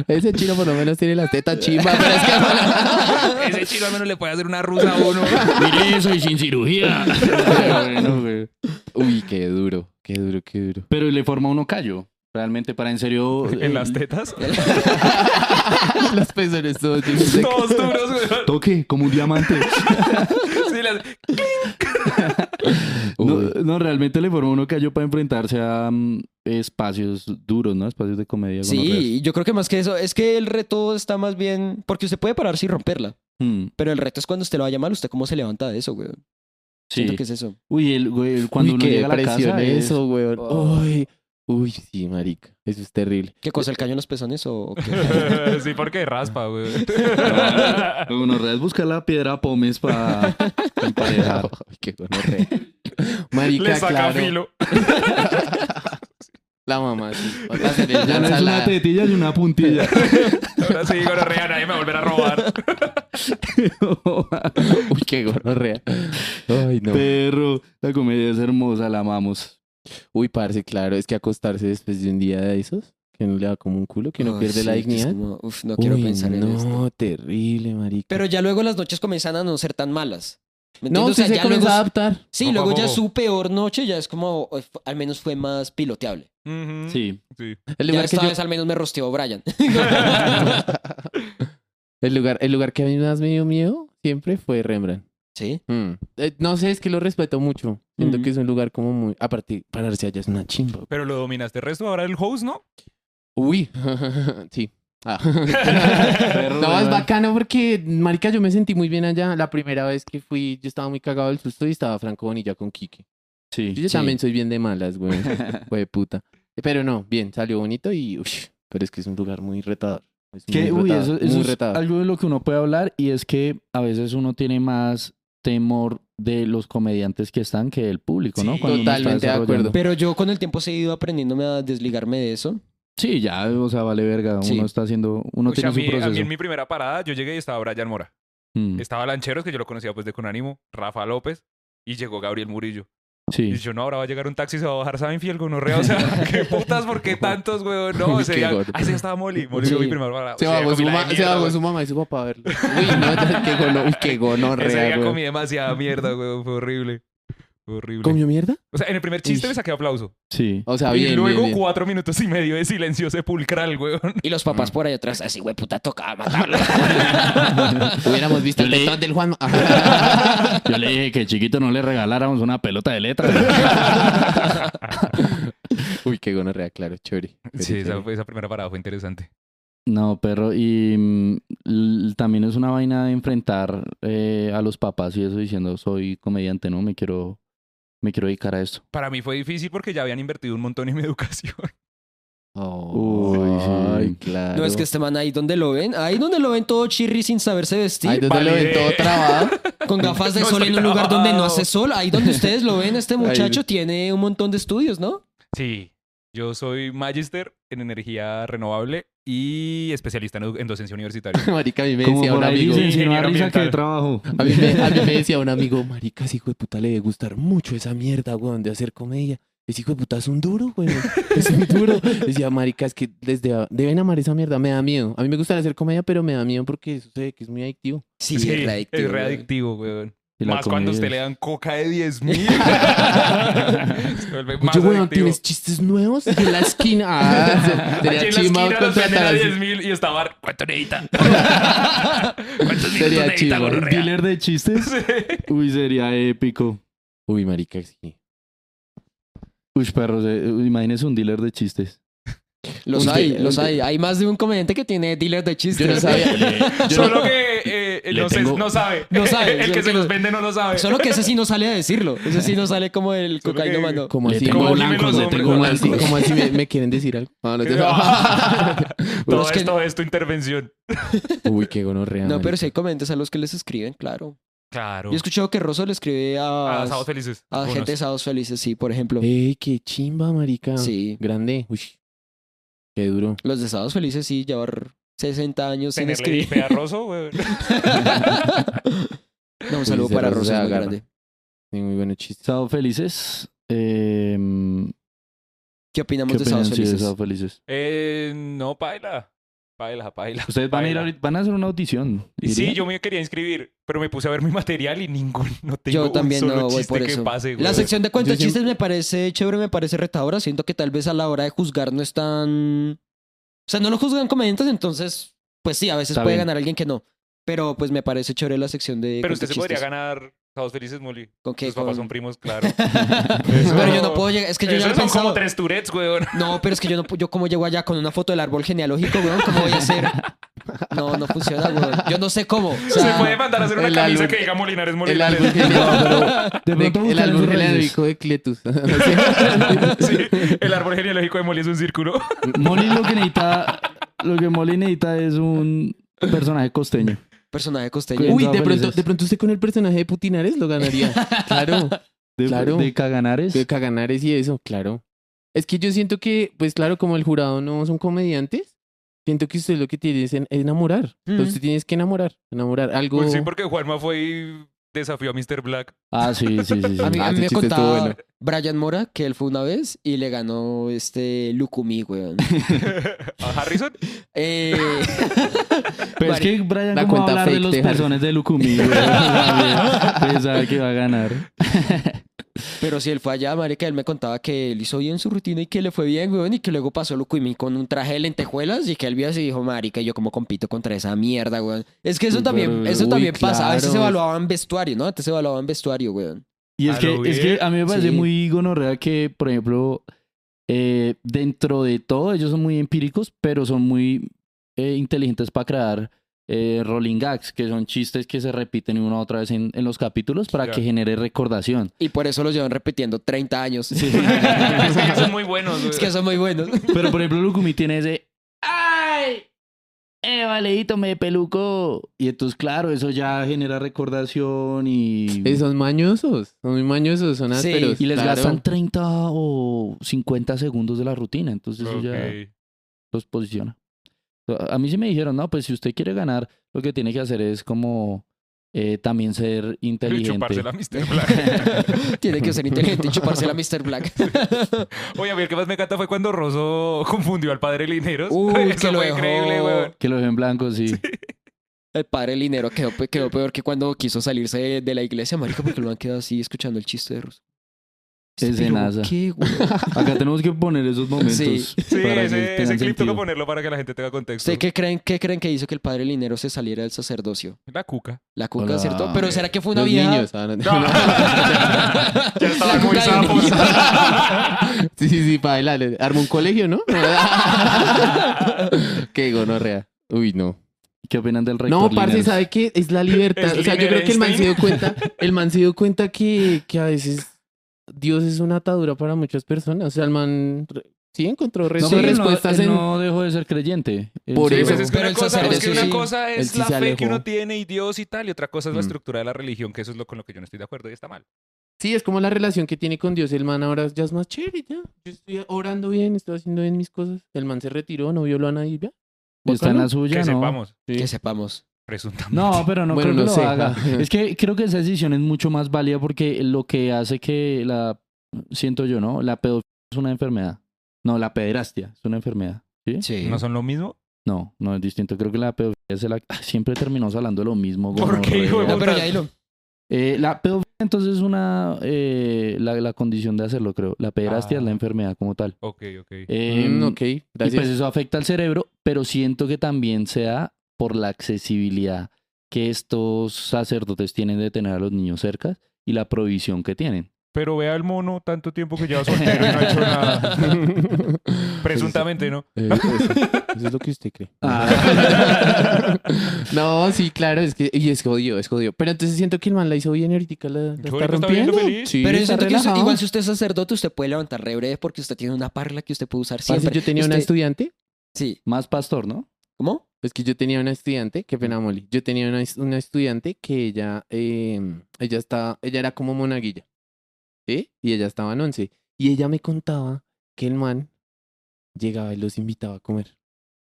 A: Ese chino por lo menos tiene las tetas chimba, pero es que...
D: Ese chino al menos le puede hacer una rusa a uno.
B: Mire eso y sin cirugía. Pero bueno, güey.
A: Uy, qué duro, qué duro, qué duro.
B: Pero le forma uno callo. Realmente, para en serio. eh,
D: En las tetas.
A: Los pezones todos llenos de-
D: Todos duros, weón.
B: Toque como un diamante.
D: Sí, las-
B: No,
A: Uy.
B: no, realmente le formó uno callo para enfrentarse a mm, espacios duros, ¿no? Espacios de comedia. gonorreas.
C: Sí, yo creo que más que eso, es que el reto está más bien. Porque usted puede pararse y romperla.
B: Mm,
C: Pero el reto es cuando usted lo vaya mal, usted cómo se levanta de eso, weón. Siento
B: sí.
C: que es eso.
B: Uy, el, güey, el- cuando
A: Uy,
B: uno
A: qué
B: llega a la
A: depresión
B: casa. es-
A: eso, weón.
C: Oh.
A: Uy, uy, sí, marica. Eso es terrible.
C: ¿Qué cosa, el caño en los pezones o, o qué?
D: sí, porque raspa, weón.
B: Uno es buscar la piedra Pómez para emparejar.
A: Ay, qué gonorrea. Marica,
D: Le saca
A: claro.
D: filo.
A: La mamá, sí. Va a hacer el
B: Ya no es una
A: ensalada.
B: tetilla y una puntilla.
D: Ahora sí, gonorrea, nadie me volverá a robar.
A: Uy, qué gonorrea. Ay, no.
B: Perro, la comedia es hermosa, la amamos.
A: Uy, parce, claro, es que acostarse después de un día de esos, que no le da como un culo, que uno
C: Ay,
A: pierde la
C: Ah, sí, que es
A: dignidad.
C: como, Uf, no quiero
A: Uy,
C: pensar en
A: no,
C: esto.
A: terrible, marica.
C: Pero ya luego las noches comienzan a no ser tan malas. ¿Me
A: no,
C: entiendes? O
A: usted
C: sea,
A: se
C: ya
A: comienza
C: luego,
A: a adaptar.
C: Sí,
D: Poco a
C: luego ya
D: poco.
C: su peor noche ya es como, o- f- al menos fue más piloteable.
A: Mm.
D: Ujú.
B: Sí.
D: Sí.
A: El
C: Ya
A: lugar, que
C: esta
A: yo-
C: vez al menos me rosteó Brian.
A: el, lugar, el lugar que a mí más me dio miedo siempre fue Rembrandt.
C: sí.
A: Mm. Eh, no sé, es que lo respeto mucho. Siento
B: Hmm. Ujú.
A: que es un lugar como muy... Aparte, pararse allá es una chimba. güey.
D: Pero lo dominaste el resto, ahora el host, ¿no?
A: Uy, sí. Ah.
B: Perro,
A: no, es
B: ¿verdad?
A: bacano porque, marica, yo me sentí muy bien allá. La primera vez que fui, yo estaba muy cagado del susto y estaba Franco Bonilla con Quique.
B: Sí.
A: Yo también soy bien de malas, güey. Güey, puta. Pero no, bien, salió bonito y... uy, pero es que es un lugar muy retador. Es
B: Que,
A: muy
B: uy, eso,
A: retador,
B: eso
A: muy
B: es
A: retador.
B: algo de lo que uno puede hablar y es que a veces uno tiene más temor de los comediantes que están que del público, ¿no?
D: Sí,
B: uno está
A: totalmente de
B: desarrollando.
A: acuerdo.
C: Pero yo con el tiempo he ido aprendiéndome a desligarme de eso.
B: Sí, ya, o sea, vale verga.
C: Sí.
B: Uno está haciendo, uno
D: Uy,
B: tiene
D: a,
B: su
D: mí, a mí
B: proceso.
D: en mi primera parada yo llegué y estaba Brian Mora.
B: Mm,
D: Estaba Lancheros, que yo lo conocía pues de con ánimo, Rafa López, y llegó Gabriel Murillo. Y
B: sí.
D: yo, no, ahora va a llegar un taxi y se va a bajar Saben Fiel con Orrea. O sea, qué putas, ¿por qué tantos, weón? No, ese
A: Qué
D: día,
A: gordo.
D: ah, ese día estaba Molly. Molly
C: Sí.
D: fue mi primera parada.
A: Se
D: Ese día
A: bajó, su
D: comí la de
A: ma- se
D: mierda,
A: bajó
D: weón.
A: su mamá y su papá a verlo. Uy, no, qué gono, uy, qué
D: Ese
A: gonorrea,
D: día
A: güey.
D: comí demasiada mierda, weón. Fue horrible. Fue horrible.
A: ¿Comió mierda?
D: O sea, en el primer chiste
A: Uy.
D: me saqué aplauso.
B: Sí.
A: O sea,
D: y
A: bien, bien,
D: luego
A: bien.
D: cuatro minutos y medio de silencio sepulcral, weón.
C: Y los papás por ahí atrás, así, güey, puta, toca matarlo.
A: Hubiéramos visto el
B: Yo le-
A: tetón del Juan.
B: Yo le dije que chiquito no le regaláramos una pelota de letras.
A: Uy, qué gonorrea, claro, chévere. Pero
D: Sí, esa,
A: chévere.
D: fue- esa primera parada fue interesante.
B: no, perro. Y mm, l- también es una vaina de enfrentar eh, a los papás y eso diciendo, soy comediante, ¿no? Me quiero, me quiero dedicar a esto.
D: Para mí fue difícil porque ya habían invertido un montón en mi educación.
A: Ay,
B: Uy, sí.
A: ay, claro.
C: No es que este man ahí donde lo ven, ahí donde lo ven todo chirri sin saberse vestir,
A: Ay, donde lo ven
D: Validé.
A: todo trabado.
C: con gafas de
D: No
C: sol en
D: estoy
C: un lugar donde no
D: trabado.
C: hace sol, ahí donde ustedes lo ven, este muchacho tiene un montón de estudios, ¿no?
D: Sí, yo soy magister en energía renovable y especialista en, edu- en docencia universitaria.
A: Marica, a mí me
B: Como
A: decía un
B: por ahí
A: amigo.
B: dicen, si no da
D: ingeniero
B: risa, que
D: ambiental.
B: trabajo.
A: A mí, me, a mí me decía un amigo, marica, ese hijo de puta le debe gustar mucho esa mierda, weón, de hacer comedia. Ese hijo de puta es un duro, weón. Es un duro. Decía, marica, es que desde a- deben amar esa mierda. Me da miedo. A mí me gusta hacer comedia, pero me da miedo porque sucede que es muy adictivo.
C: Sí,
D: es readictivo, weón.
B: Y la
D: Más
B: comida
D: cuando a usted
B: es-
D: le dan coca de 10 mil.
A: Oye, weón, ¿tienes chistes nuevos? En la esquina. Ah, se- sería chimba contratar
D: a
A: así.
D: 10 mil y estaba, ¿cuánto necesita? ¿Cuántos
A: Sería
D: minutos necesita,
A: chimba.
D: gonorrea?"
B: Dealer de chistes.
D: Sí.
B: Uy, sería épico.
A: Uy, marica, sí.
B: Uy, perros, eh, uy, imagínese un dealer de chistes. eh,
C: Los
A: Usted-
C: hay, los
A: usted-
C: hay. Hay más de un comediante que tiene dealers de chistes.
A: Yo no sabía. Yo
D: Solo
A: no-
D: que eh,
B: Le
D: no, sé-
B: tengo-
D: no sabe.
C: No sabe,
D: El
C: yo
D: que se
C: creo-
D: los vende no lo sabe.
C: Solo que ese sí no sale a decirlo. Ese sí no sale como el
D: Solo que-
C: cocainómano.
A: ¿Cómo
B: Le
A: así?
B: tengo
A: ¿Cómo así?
D: blancos,
A: ¿Cómo
D: le
A: así?
D: tengo
A: ¿Cómo así?
D: blancos.
A: ¿Cómo así? ¿Me, me quieren decir algo? No, no te-
D: Todo
C: es que-
D: esto es tu intervención.
A: Uy, qué gonorrea.
C: No, pero
A: marica.
C: si hay comediantes a los que les escriben, claro.
D: Claro.
C: Yo he escuchado que Rosso le escribe a,
D: Ah, sábados felices.
C: a
D: Algunos.
C: gente de Sábados Felices, sí, por ejemplo.
A: Ey, Eh, qué chimba, marica.
C: Sí.
A: Grande. Uy. Qué duro.
C: Los de Sábados Felices, sí, llevar 60 años sin
D: Tenerle
C: escribir.
D: IP a Rosso, güey.
C: No, un
A: Uy,
C: saludo
A: se
C: para
A: las
C: Rosso, es muy
A: agarra.
C: grande.
A: Sí, muy bueno chiste.
B: Sábado felices. Eh,
C: ¿Qué opinamos
B: ¿Qué
C: de
B: opinan,
C: Sábados
B: sí, de
C: Felices?
B: Sábado felices?
D: Eh, no, paila. Paila, paila.
B: Ustedes van a ir
D: Baila.
B: ahorita- van a hacer una audición.
D: Y Sí,
B: ¿Irían?
D: yo me quería inscribir, pero me puse a ver mi material y ningún, no tengo
C: Yo también
D: un solo
C: no voy
D: chiste
C: por
D: que
C: eso.
D: pase, güey.
C: La sección de cuentos
A: Yo siempre-
C: chistes me parece chévere, me parece retadora. Siento que tal vez a la hora de juzgar no es tan... O sea, no lo juzgan comediantes, entonces, pues sí, a veces
B: Está
C: puede
B: bien.
C: ganar alguien que no. Pero pues me parece chévere la sección de
D: Pero usted
C: cuentos
D: se podría
C: chistes.
D: ganar Sábados Felices, Molly.
C: ¿Con qué?
D: Sus papás
C: Con-
D: son primos, claro.
C: Pero yo no puedo llegar... Es que yo ya
D: Esos
C: lo he
D: son como
C: pensado.
D: tres Tourettes, güey.
C: No, pero es que yo no... pu- Yo como llego allá con una foto del árbol genealógico, weón, ¿cómo voy a hacer? No, no funciona, weón. Yo no sé cómo. O sea,
D: se puede mandar a hacer una
A: el
D: camisa
A: álbum-
D: que diga Molinares
A: El
D: Molinares.
A: álbum genealógico.
B: De pronto
A: de- El
B: buscan
A: álbum
B: sus raíces.
A: genealógico de Cletus.
D: Sí, el árbol genealógico de Molly es un círculo.
B: Molly lo que necesita, lo que Molly necesita es un personaje costeño.
C: personaje costeño.
B: Cuidado,
A: Uy, de pronto,
B: felices.
A: de pronto usted con el personaje de Putinares lo ganaría. Claro.
B: De,
A: Claro.
B: de Caganares.
A: De pues Caganares y eso, claro. Es que yo siento que, pues claro, como el jurado no son comediantes, Siento que usted lo que tiene es en- enamorar.
C: Mm.
A: Entonces usted tienes que enamorar, enamorar. Algo.
D: Pues sí, porque Juanma fue y desafió a Mr. Black.
B: Ah, sí, sí, sí. sí.
C: A mí,
A: Ah, ese
C: a mí me
A: chiste estuvo
C: contaba
A: bueno.
C: Brian Mora que él fue una vez y le ganó este Lukumi, weón.
D: ¿A Harrison?
C: Eh,
B: Pero es
C: Vale.
B: que Brian,
A: La
B: ¿cómo va a
A: cuenta
B: hablar de
A: fake
B: los
A: de Harry.
B: personajes de Lukumi? güey? O sea, güey, Pues sabe que va a ganar.
C: pero si él fue allá, marica, él me contaba que él hizo bien su rutina y que le fue bien, weón, y que luego pasó Lukumi con un traje de lentejuelas y que él vio así y dijo, marica, yo como compito contra esa mierda, weón. Es que eso
B: Uy,
C: también,
B: pero-
C: eso
B: uy,
C: también pasa. A veces se
B: claro.
C: evaluaba en vestuario, ¿no? Antes se evaluaba en vestuario, weón.
B: Y es
D: A
B: que,
D: Ah, lo
B: es que
D: bien.
B: a mí me parece
C: Sí.
B: muy gonorrea que, por ejemplo, eh, dentro de todo, ellos son muy empíricos, pero son muy eh, inteligentes para crear eh, rolling gags, que son chistes que se repiten una otra vez en, en los capítulos para
D: Ya.
B: que genere recordación.
C: Y por eso los llevan repitiendo 30 años.
D: es que son muy buenos.
C: es que son muy buenos.
B: Pero, por ejemplo, Lukumi tiene ese... ¡Ay! ¡Eh, valedito, me peluco! Y entonces, claro, eso ya genera recordación y...
A: Eh, son mañosos. Son muy mañosos, son
C: Sí,
A: ásperos.
B: Y les
A: claro.
B: gastan 30 o 50 segundos de la rutina, entonces eso ya
D: Ok.
B: los posiciona. A a mí sí me dijeron, no, pues si usted quiere ganar, lo que tiene que hacer es como eh, también ser inteligente.
D: Chupársela a Mr. Black.
C: Tiene que ser inteligente y chuparse la Mr. Black.
D: Oye, a mí el que más me encanta fue cuando Rosso confundió al padre Lineros.
C: Uy, que
D: Eso
C: lo
D: fue
C: dejó.
D: increíble, weón.
B: Que lo ven blanco, sí.
C: El padre Linero quedó, pe- quedó peor que cuando quiso salirse de, de la iglesia, marica, porque lo han quedado así escuchando el chiste de ruso.
B: Escenaza.
C: ¿Qué, güey?
B: Acá tenemos que poner esos momentos.
D: Sí,
B: para que tengan
D: ese, ese clip tengo
B: sentido.
D: que ponerlo para que la gente tenga contexto.
C: ¿Usted qué creen, qué creen que hizo que el padre Linero se saliera del sacerdocio?
D: La cuca.
C: La cuca,
B: Hola.
C: ¿cierto? Pero ¿será que fue una
A: Los
C: vieja?
A: niños. ah, no-
C: La
D: ya estaban muy
C: cuca de
D: sapos.
A: sí, sí, sí, para adelante. Arma un colegio, ¿no? Qué gonorrea. Uy, no.
B: ¿Qué opinan del rey?
A: No, parce, ¿sabe qué? Es la libertad.
D: ¿Es
A: o sea, yo creo que el man se dio
D: Liechtenstein?
A: cuenta, el man se dio cuenta que, que a veces Dios es una atadura para muchas personas. O sea, el man re- sí encontró re-
B: No,
A: sí,
B: pero él no-
A: respuestas
B: él
A: en...
B: no dejó de ser creyente. Él
A: Por
B: sí-
D: Sí,
A: eso
D: pues es que
C: Pero
D: una
C: el
D: cosa, es que
C: sacerdote
D: una
C: sí,
D: cosa
A: él
D: es
A: sí
D: la
A: se
D: fe que
A: alejó.
D: uno tiene y Dios y tal, y otra cosa es la
A: Mm.
D: estructura de la religión, que eso es lo con lo que yo no estoy de acuerdo y está mal.
A: Sí, es como la relación que tiene con Dios. El man ahora ya es más chévere, ya. Yo estoy orando bien, estoy haciendo bien mis cosas. El man se retiró, no violó a nadie, ya.
B: Está en
A: Bacano.
B: la suya,
D: que
B: ¿no?
D: sepamos,
C: Que sepamos.
D: presuntamente.
B: No, pero no
A: Bueno,
B: creo que
A: no
B: lo
A: sé.
B: haga. Es que creo que esa decisión es mucho más válida porque lo que hace que la siento yo, ¿no? La pedofilia es una enfermedad. No, la pederastia es una enfermedad. ¿Sí?
C: Sí.
D: ¿No son lo mismo?
B: No, no es distinto. Creo que la pedofilia se la Ah, siempre terminamos hablando de lo mismo.
D: ¿Por
B: gonorrea.
D: qué, hijo de
C: Ah,
D: puta?
C: pero ya dilo.
B: Eh, la pedofilia entonces es una eh, la, la condición de hacerlo, creo. La pederastia
D: Ah.
B: es la enfermedad como tal.
D: Ok, ok.
B: Eh,
A: Mm, ok,
B: y
A: gracias.
B: pues eso afecta al cerebro, pero siento que también se da por la accesibilidad que estos sacerdotes tienen de tener a los niños cerca y la provisión que tienen.
D: Pero vea al mono tanto tiempo que lleva soltero y no ha hecho nada. Presuntamente, ¿no?
A: Eh, eso, eso es lo que usted cree. Ah. no, sí, claro, es que, y es jodido, es jodido. Pero entonces siento que el man la hizo bien y ahorita la, la
D: Yo
A: está
D: ahorita está viviendo
A: rompiendo.
D: feliz.
A: Sí,
C: Pero yo
A: está
C: siento que usted-
A: relajado.
C: igual si usted es sacerdote, usted puede levantar re breve porque usted tiene una parla que usted puede usar
A: Parce,
C: siempre. Este,
A: yo tenía una
C: Usted-
A: estudiante,
C: Sí.
B: Más pastor, ¿no?
C: ¿Cómo?
A: es pues que yo tenía una estudiante, qué pena, Molly. Yo tenía una, una estudiante que ella, eh, ella estaba, ella era como monaguilla, ¿sí? Y ella estaba en once. Y ella me contaba que el man llegaba y los invitaba a comer.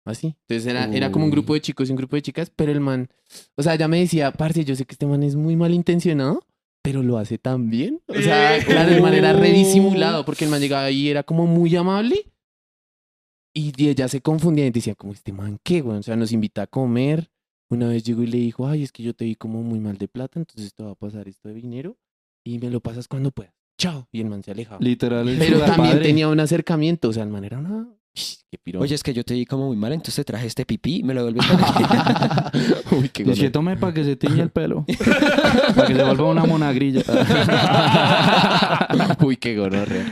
A: Así. Entonces era, era como un
B: Uy.
A: grupo de chicos y un grupo de chicas, pero el man, o sea, ella me decía, parce, yo sé que este man es muy malintencionado, pero lo hace tan bien. O sea,
D: Eh.
A: claro, el man era re
B: Oh.
A: disimulado porque el man llegaba y era como muy amable. Y y ella se confundía y decía, como este man qué, güey. O sea, nos invita a comer. Una vez llegó y le dijo, ay, es que yo te vi como muy mal de plata, entonces te va a pasar esto de dinero y me lo pasas cuando puedas. Chao. Y el man se alejaba.
B: Literal. es
A: Pero
B: la
A: también
B: padre.
A: tenía un acercamiento, o sea, el man era una... Ish, ¡Qué piro!
C: Oye, es que yo te vi como muy mal, entonces te traje este pipí y me lo devuelves. para acá.
A: Uy, qué
B: Es que
A: bueno.
B: tome para que se tiñe el pelo. para que se vuelva una monagrilla.
A: Uy, qué gonorrea.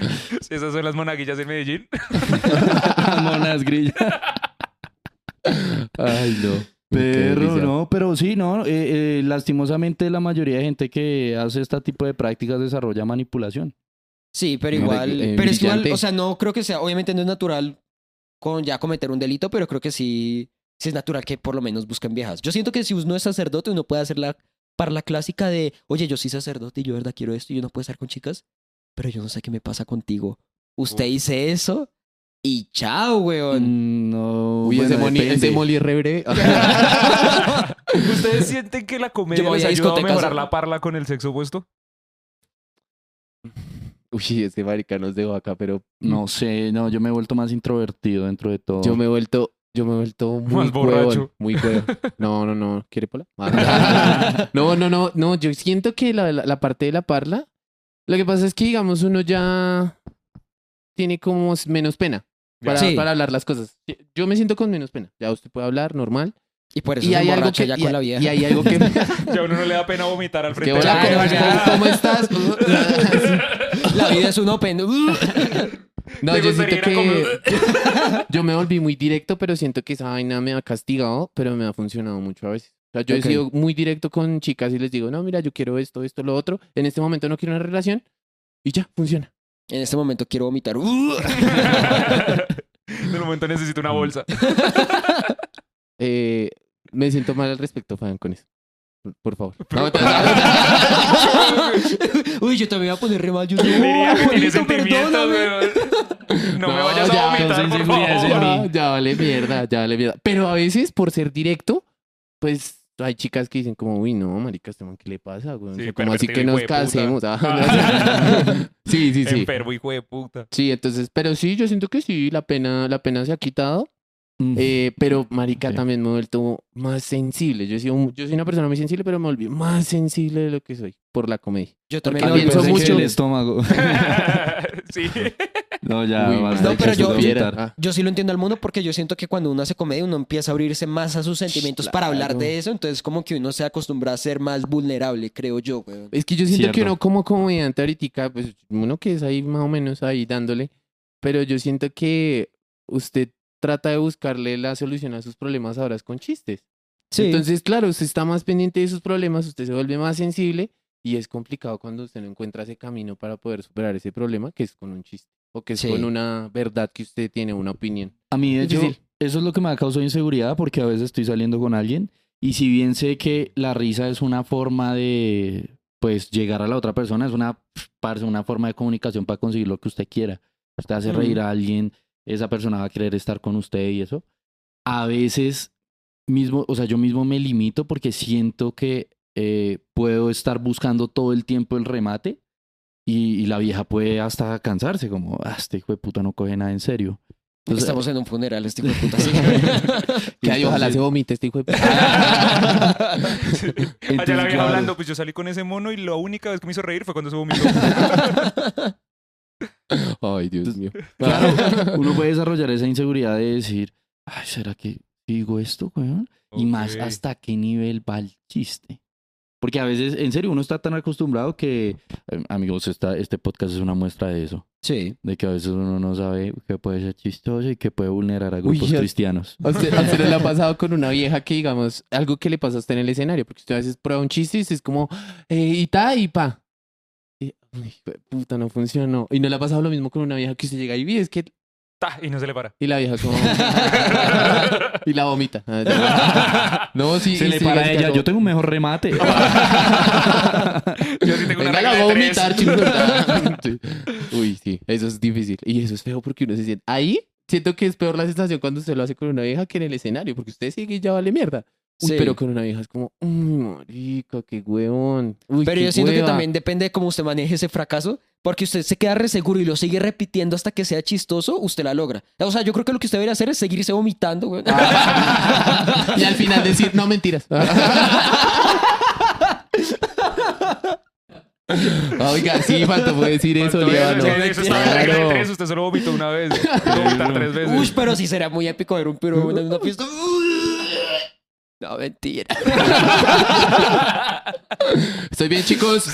D: Esas son las monaguillas de Medellín.
B: Monasgrilla.
A: Ay, no. Uy, qué
B: Pero
A: delicia.
B: no, pero sí, no. eh, eh, lastimosamente la mayoría de gente que hace este tipo de prácticas desarrolla manipulación.
C: Sí, pero
A: No,
C: igual.
A: eh,
C: pero es igual,
A: brillante.
C: o sea, no creo que sea. Obviamente no es natural con ya cometer un delito, pero creo que sí, sí es natural que por lo menos busquen viejas. Yo siento que si uno es sacerdote, uno puede hacer la parla clásica de, oye, yo soy sacerdote y yo de verdad quiero esto y yo no puedo estar con chicas, pero yo no sé qué me pasa contigo. Usted
D: Uf.
C: dice eso y chao, weón.
B: Mm, No.
A: Uy, ese
B: bueno,
A: Molly, ese
B: depende.
A: Molly es re breve.
D: ¿Ustedes sienten que la comedia
C: Yo me voy
D: les
C: a
D: ayuda a
C: discotecas.
D: mejorar la parla con el sexo opuesto?
A: Uy, ese marica nos dejó acá, pero
B: No sé, no, yo me he vuelto más introvertido dentro de todo.
A: yo me he vuelto, yo me he vuelto muy
D: Más borracho.
A: borracho. Muy huevón. No, no, no. ¿Quiere pola? Ah, No, no, no, no. Yo siento que la, la- la parte de la parla, lo que pasa es que, digamos, uno ya tiene como menos pena para,
C: Sí.
A: para hablar las cosas. Yo me siento con menos pena. Ya usted puede hablar normal.
C: Y por eso
A: Y
C: se
A: hay algo
C: emborracha
A: que
C: ya
A: y-
C: con la vieja.
A: y hay algo que
D: Ya a uno no le da pena vomitar al
A: que
D: frente de
A: hola,
D: la
A: ¿cómo-
D: compañera.
A: cómo- cómo estás?
C: La vida es un open. Uh.
A: No,
D: ¿Te
A: yo
D: gustaría
A: siento que
D: ir a
A: yo me volví muy directo, pero siento que esa vaina me ha castigado, pero me ha funcionado mucho a veces. O sea, yo
C: Ok.
A: he sido muy directo con chicas y les digo, no, mira, yo quiero esto, esto, lo otro. En este momento no quiero una relación y ya, funciona.
C: En este momento quiero vomitar. Uh.
D: En el momento necesito una bolsa.
A: Eh, me siento mal al respecto, Fabián, con eso. Por- Por favor. No,
C: Uy, yo también voy a poner remallos.
D: Diría que tiene
C: bonito,
D: sentimientos,
C: perdóname.
D: weón. No, me
A: No,
D: vayas
A: ya,
D: a vomitar, por
B: entonces, Julia, ese
D: favor.
A: ya,
B: es
A: ya vale mierda, ya vale mierda. Pero a veces, por ser directo, pues hay chicas que dicen como, uy, no, marica, este man, ¿qué le pasa? güey? O
D: Sí,
A: sea, como así
D: pervertido,
A: que
D: hijo
A: nos
D: de puta.
A: casemos. Ah, no, o sea, sí, sí, sí.
D: Enfermo, hijo de puta.
A: Sí, entonces, pero sí, yo siento que sí, la pena, la pena se ha quitado.
B: Mm.
A: eh, pero marica
B: Ok.
A: también me he vuelto más sensible. Yo, he sido un- yo soy una persona muy sensible, pero me volví más sensible de lo que soy por la comedia.
C: Yo
A: Porque
C: también
B: Ah,
C: lo
A: pienso
B: pensé que
A: mucho-
B: el estómago.
D: sí.
B: No, ya.
A: Uy,
B: basta,
A: marica,
C: No,
B: Ah,
C: pero
B: que
A: si
C: yo-
B: se
A: tuviera-
B: vomitar.
A: ah,
C: Yo sí lo entiendo al mundo porque yo siento que cuando uno hace comedia uno empieza a abrirse más a sus sentimientos para hablar
A: Claro.
C: de eso, entonces como que uno se acostumbra a ser más vulnerable, creo yo, weón.
A: es que yo siento que
B: Cierto.
A: uno como comediante ahorita, pues uno que es ahí más o menos ahí dándole, pero yo siento que usted trata de buscarle la solución a sus problemas ahora es con chistes. Entonces, claro, usted está más pendiente de sus problemas, usted se vuelve más sensible y es complicado cuando usted no encuentra ese camino para poder superar ese problema, que es con un chiste o que es
C: Sí.
A: con una verdad que usted tiene, una opinión.
B: A mí, de hecho,
A: Difícil.
B: eso es lo que me ha causado inseguridad porque a veces estoy saliendo con alguien y si bien sé que la risa es una forma de, pues, llegar a la otra persona, es una, parce, una forma de comunicación para conseguir lo que usted quiera. Usted hace
A: Ujú.
B: reír a alguien, esa persona va a querer estar con usted y eso. A veces mismo, o sea, yo mismo me limito porque siento que eh, puedo estar buscando todo el tiempo el remate y, y la vieja puede hasta cansarse, como, ah, este hijo de puta no coge nada en serio. Entonces,
C: Estamos en un funeral, este hijo de puta. Pues, sí.
A: Que ay, ojalá se
B: Entonces-
A: vomite este hijo de puta.
D: Sí. Allá
B: Entonces,
D: la vieja
B: claro.
D: hablando, pues yo salí con ese mono y la única vez que me hizo reír fue cuando se vomitó.
A: Ay, Dios mío.
B: Claro, uno puede desarrollar esa inseguridad de decir, ay, ¿será que digo esto, weón? Y más
D: Ok.
B: hasta qué nivel va el chiste. Porque a veces, en serio, uno está tan acostumbrado que, eh, amigos, esta, este podcast es una muestra de eso.
C: Sí.
B: De que a veces uno no sabe qué puede ser chistoso y qué puede vulnerar a
A: Uy,
B: grupos
A: ya-
B: cristianos.
A: ¿A usted, a usted no le ha pasado con una vieja que, digamos, algo que le pasa a usted en el escenario? Porque usted a veces prueba un chiste y es como, eh, y ta, y pa. Y, "Ay, hijo de puta, no funcionó. Y no le ha pasado lo mismo con una vieja que usted llega y vi, es que
D: Ta, y no se le para.
A: Y la vieja como... y la vomita. No, sí.
B: Se
A: y
B: le
A: sí,
B: para a
A: es que
B: ella,
A: como-
B: yo tengo un mejor remate.
D: Yo sí tengo una
A: Venga, la
D: regla
A: voy a
D: de tres.
A: vomitar, chingada. Sí. Uy, sí. Eso es difícil. Y eso es feo porque uno se siente... Ahí siento que es peor la sensación cuando usted lo hace con una vieja que en el escenario. Porque usted sigue y ya vale mierda. Uy,
C: Sí.
A: pero con una vieja es como... Uy, marica, qué huevón. Uy,
C: Pero
A: qué
C: yo siento que
A: hueva".
C: también depende de cómo usted maneje ese fracaso, porque usted se queda reseguro y lo sigue repitiendo hasta que sea chistoso, usted la logra. O sea, yo creo que lo que usted debería hacer es seguirse vomitando, weón.
A: Ah, y al final decir, no, mentiras. Oiga, sí, faltó puede decir eso,
D: Faltó
A: Leo,
D: eso,
A: ¿no?
D: es que eso está en la regla de
A: Claro.
D: tres, usted solo vomitó una vez. Vomitar tres veces.
C: Uy, pero sí será muy épico ver un perro en una fiesta. No, mentira.
A: Estoy bien, chicos.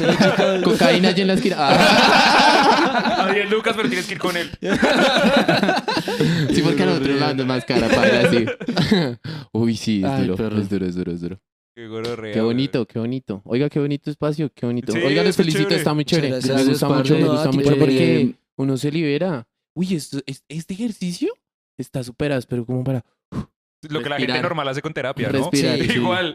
A: Cocaína allí en la esquina. Ah,
D: A 10 lucas, pero tienes que ir con él.
A: sí, porque al otro lado es más cara para así. Uy, sí, es
B: Ay,
A: duro,
B: perro.
A: es duro, es duro, es duro.
D: Qué gororrea,
A: Qué bonito, qué bonito. Oiga, qué bonito espacio, qué bonito.
D: Sí,
A: Oiga, los
D: está
A: felicito,
D: chévere.
A: está muy
C: Muchas
A: chévere.
C: gracias.
A: Me gusta
B: Gracias,
A: mucho, me
C: parce.
A: gusta
C: No, a ti
A: mucho
C: por-
A: porque...
B: Eh,
A: uno se libera. Uy, esto, es- este ejercicio está súper áspero como para...
D: weón. Lo que la gente
A: Respirar.
D: normal hace con terapia, ¿no?
A: Respirar,
C: Sí.
A: sí.
D: Igual.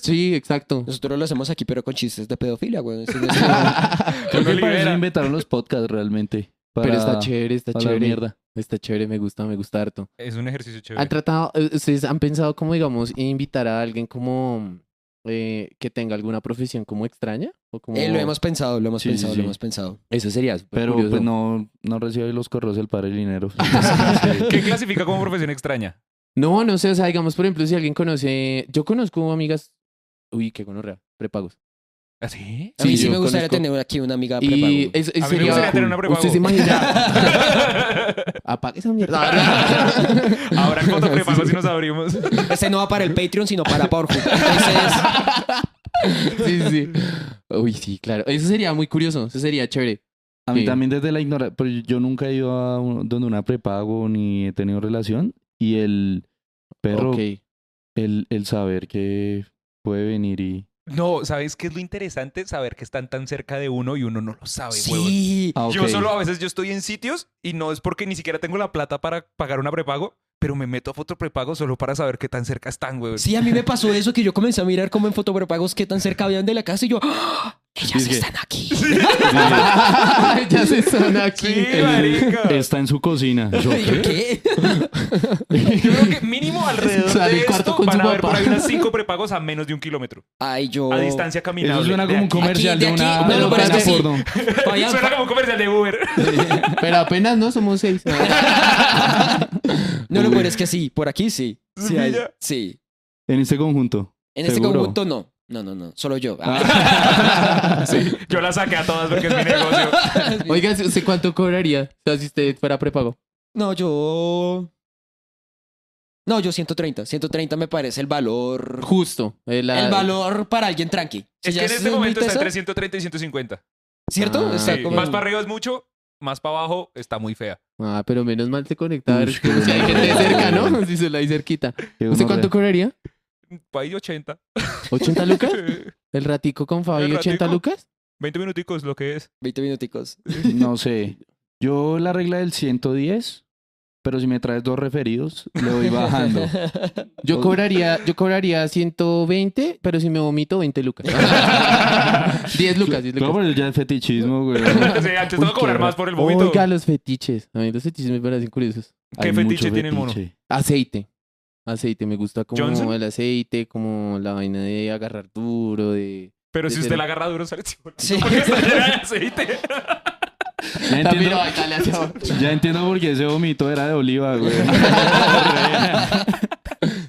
A: Sí, exacto.
C: Nosotros lo hacemos aquí, pero con chistes de pedofilia, güey. Ese no es-
B: Creo que
D: Uno
B: para eso
D: libera.
B: inventaron los podcasts realmente.
A: Pero
B: para-
A: está chévere, está
B: para la
A: chévere.
B: mierda.
A: Está chévere, me gusta, me gusta harto.
D: Es un ejercicio
A: ¿Han
D: chévere.
A: tratado, eh, ustedes han pensado como, digamos, invitar a alguien como eh, que tenga alguna profesión como extraña? ¿O como...
C: Eh, lo hemos pensado, lo hemos
B: Sí, sí,
C: pensado,
B: sí.
C: lo hemos pensado.
A: Eso sería súper
B: Pero pues
A: curioso.
B: no, no recibe los correos del padre dinero.
D: ¿Qué clasifica como profesión extraña?
A: No, no sé, o sea, digamos, por ejemplo, si alguien conoce... Yo conozco amigas... Uy, qué gonorrea, prepagos.
D: ¿Así?
C: A mí
A: Sí,
C: sí,
A: yo
C: me gustaría
A: conozco-
C: tener aquí una amiga
A: Y
C: prepago.
A: es, es-
D: A mí me
A: sería...
D: gustaría tener una
A: cool.
D: prepago.
A: ¿Usted se imagina? Apaga esa mierda.
D: Ahora el foto prepago si nos abrimos.
A: eh,
C: Este no va para el Patreon, sino para Pornhub. Entonces,
A: sí, sí, sí. Uy, sí, claro. Eso sería muy curioso, eso sería chévere.
B: A mí
A: Sí.
B: también desde la ignorancia, pero yo nunca he ido a un- donde una prepago ni he tenido relación. Y el perro,
A: Ok.
B: el, el saber que puede venir y...
D: No, ¿sabes qué es lo interesante? Saber que están tan cerca de uno y uno no lo sabe, huevón.
C: sí.
B: Ah,
D: Yo
B: ok.
D: solo a veces yo estoy en sitios y no es porque ni siquiera tengo la plata para pagar una prepago, pero me meto a foto prepago solo para saber qué tan cerca están, güey.
C: Sí, a mí me pasó eso que yo comencé a mirar como en fotopropagos qué tan cerca habían de la casa y yo, ¡Ah! ellas
B: Es que-
C: están aquí.
A: ya se son aquí.
D: Sí, marica.
B: Está en su cocina. Yo,
C: Y yo, ¿Qué?
D: Yo creo que mínimo alrededor
A: Sale
D: de
A: el cuarto
D: esto
A: con
D: van
A: su
D: a haber por
A: papá.
D: ahí unas cinco prepagos a menos de un kilómetro.
C: Ay, yo.
D: A distancia caminable.
B: Eso suena
D: de
B: como un
D: aquí.
B: comercial
C: de
B: de, una...
C: aquí.
B: de
A: No,
B: una
A: pero es que
B: página
A: sí.
B: porno.
C: Fabián,
D: Suena como un comercial de Uber.
A: Pero apenas no somos seis.
C: No, lo peor es que sí, por aquí sí. Sí, hay-
D: Mira.
C: sí.
B: En este conjunto.
C: En este
B: Seguro. Ah.
C: conjunto no. No, no, no. Solo yo.
D: Sí, yo la saqué a todas porque es mi negocio.
A: Oiga, ¿usted cuánto cobraría? O sea, si usted fuera prepago.
C: No, yo. No, yo 130. 130 me parece el valor.
A: Justo. eh, la-
C: El valor para alguien tranqui. Si
D: es
C: ya
D: que en este
C: muy
D: momento está
C: tesa,
D: entre 130 y 150.
C: ¿Cierto?
A: Ah,
C: Está
D: Sí,
C: como-
D: Más para arriba es mucho, más para abajo está muy fea.
A: Ah, pero menos mal se conecta. a ver
B: Ush,
A: si hay gente cerca, ¿no? Si se la hay cerquita.
B: Que
A: ¿Usted
B: uno
A: cuánto
B: re-
A: cobraría?
D: País 80.
A: ¿80 lucas? ¿El ratico con
D: ¿El
A: Fabio 80
D: ratico?
A: lucas?
D: 20 minuticos lo que es.
C: 20 minuticos.
B: No sé. Yo la regla del 110, pero si me traes dos referidos, le voy bajando.
A: Yo
B: O-
A: cobraría, yo cobraría 120, pero si me vomito, 20 lucas. 10 lucas, 10
B: Claro,
A: lucas.
B: pero ya el fetichismo, güey.
D: Sí, antes
A: Uy,
D: tengo que cobrar
A: qué
D: más
A: raro.
D: por el vómito.
A: Oiga, los fetiches. A mí los fetiches me parecen curiosos.
D: ¿Qué
B: Hay
D: fetiche
B: mucho
D: tiene el mono?
B: fetiche.
A: Aceite. Aceite, me gusta como
D: ¿Johnson?
A: el aceite, como la vaina de agarrar duro, de...
D: Pero si
A: de
D: usted
A: cero.
D: la agarra duro, sale chivolo.
C: Sí.
D: Porque está llena de aceite. Ah,
B: Ya entiendo, ya entiendo por qué ese vómito era de oliva, güey.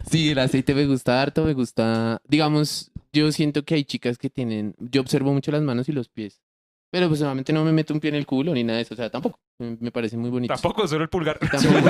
A: Sí, el aceite me gusta harto, me gusta... Digamos, yo siento que hay chicas que tienen... Yo observo mucho las manos y los pies. Pero pues obviamente no me meto un pie en el culo ni nada de eso, o sea, tampoco. Me me parece muy bonito.
D: Tampoco, solo el pulgar.
A: Tampoco.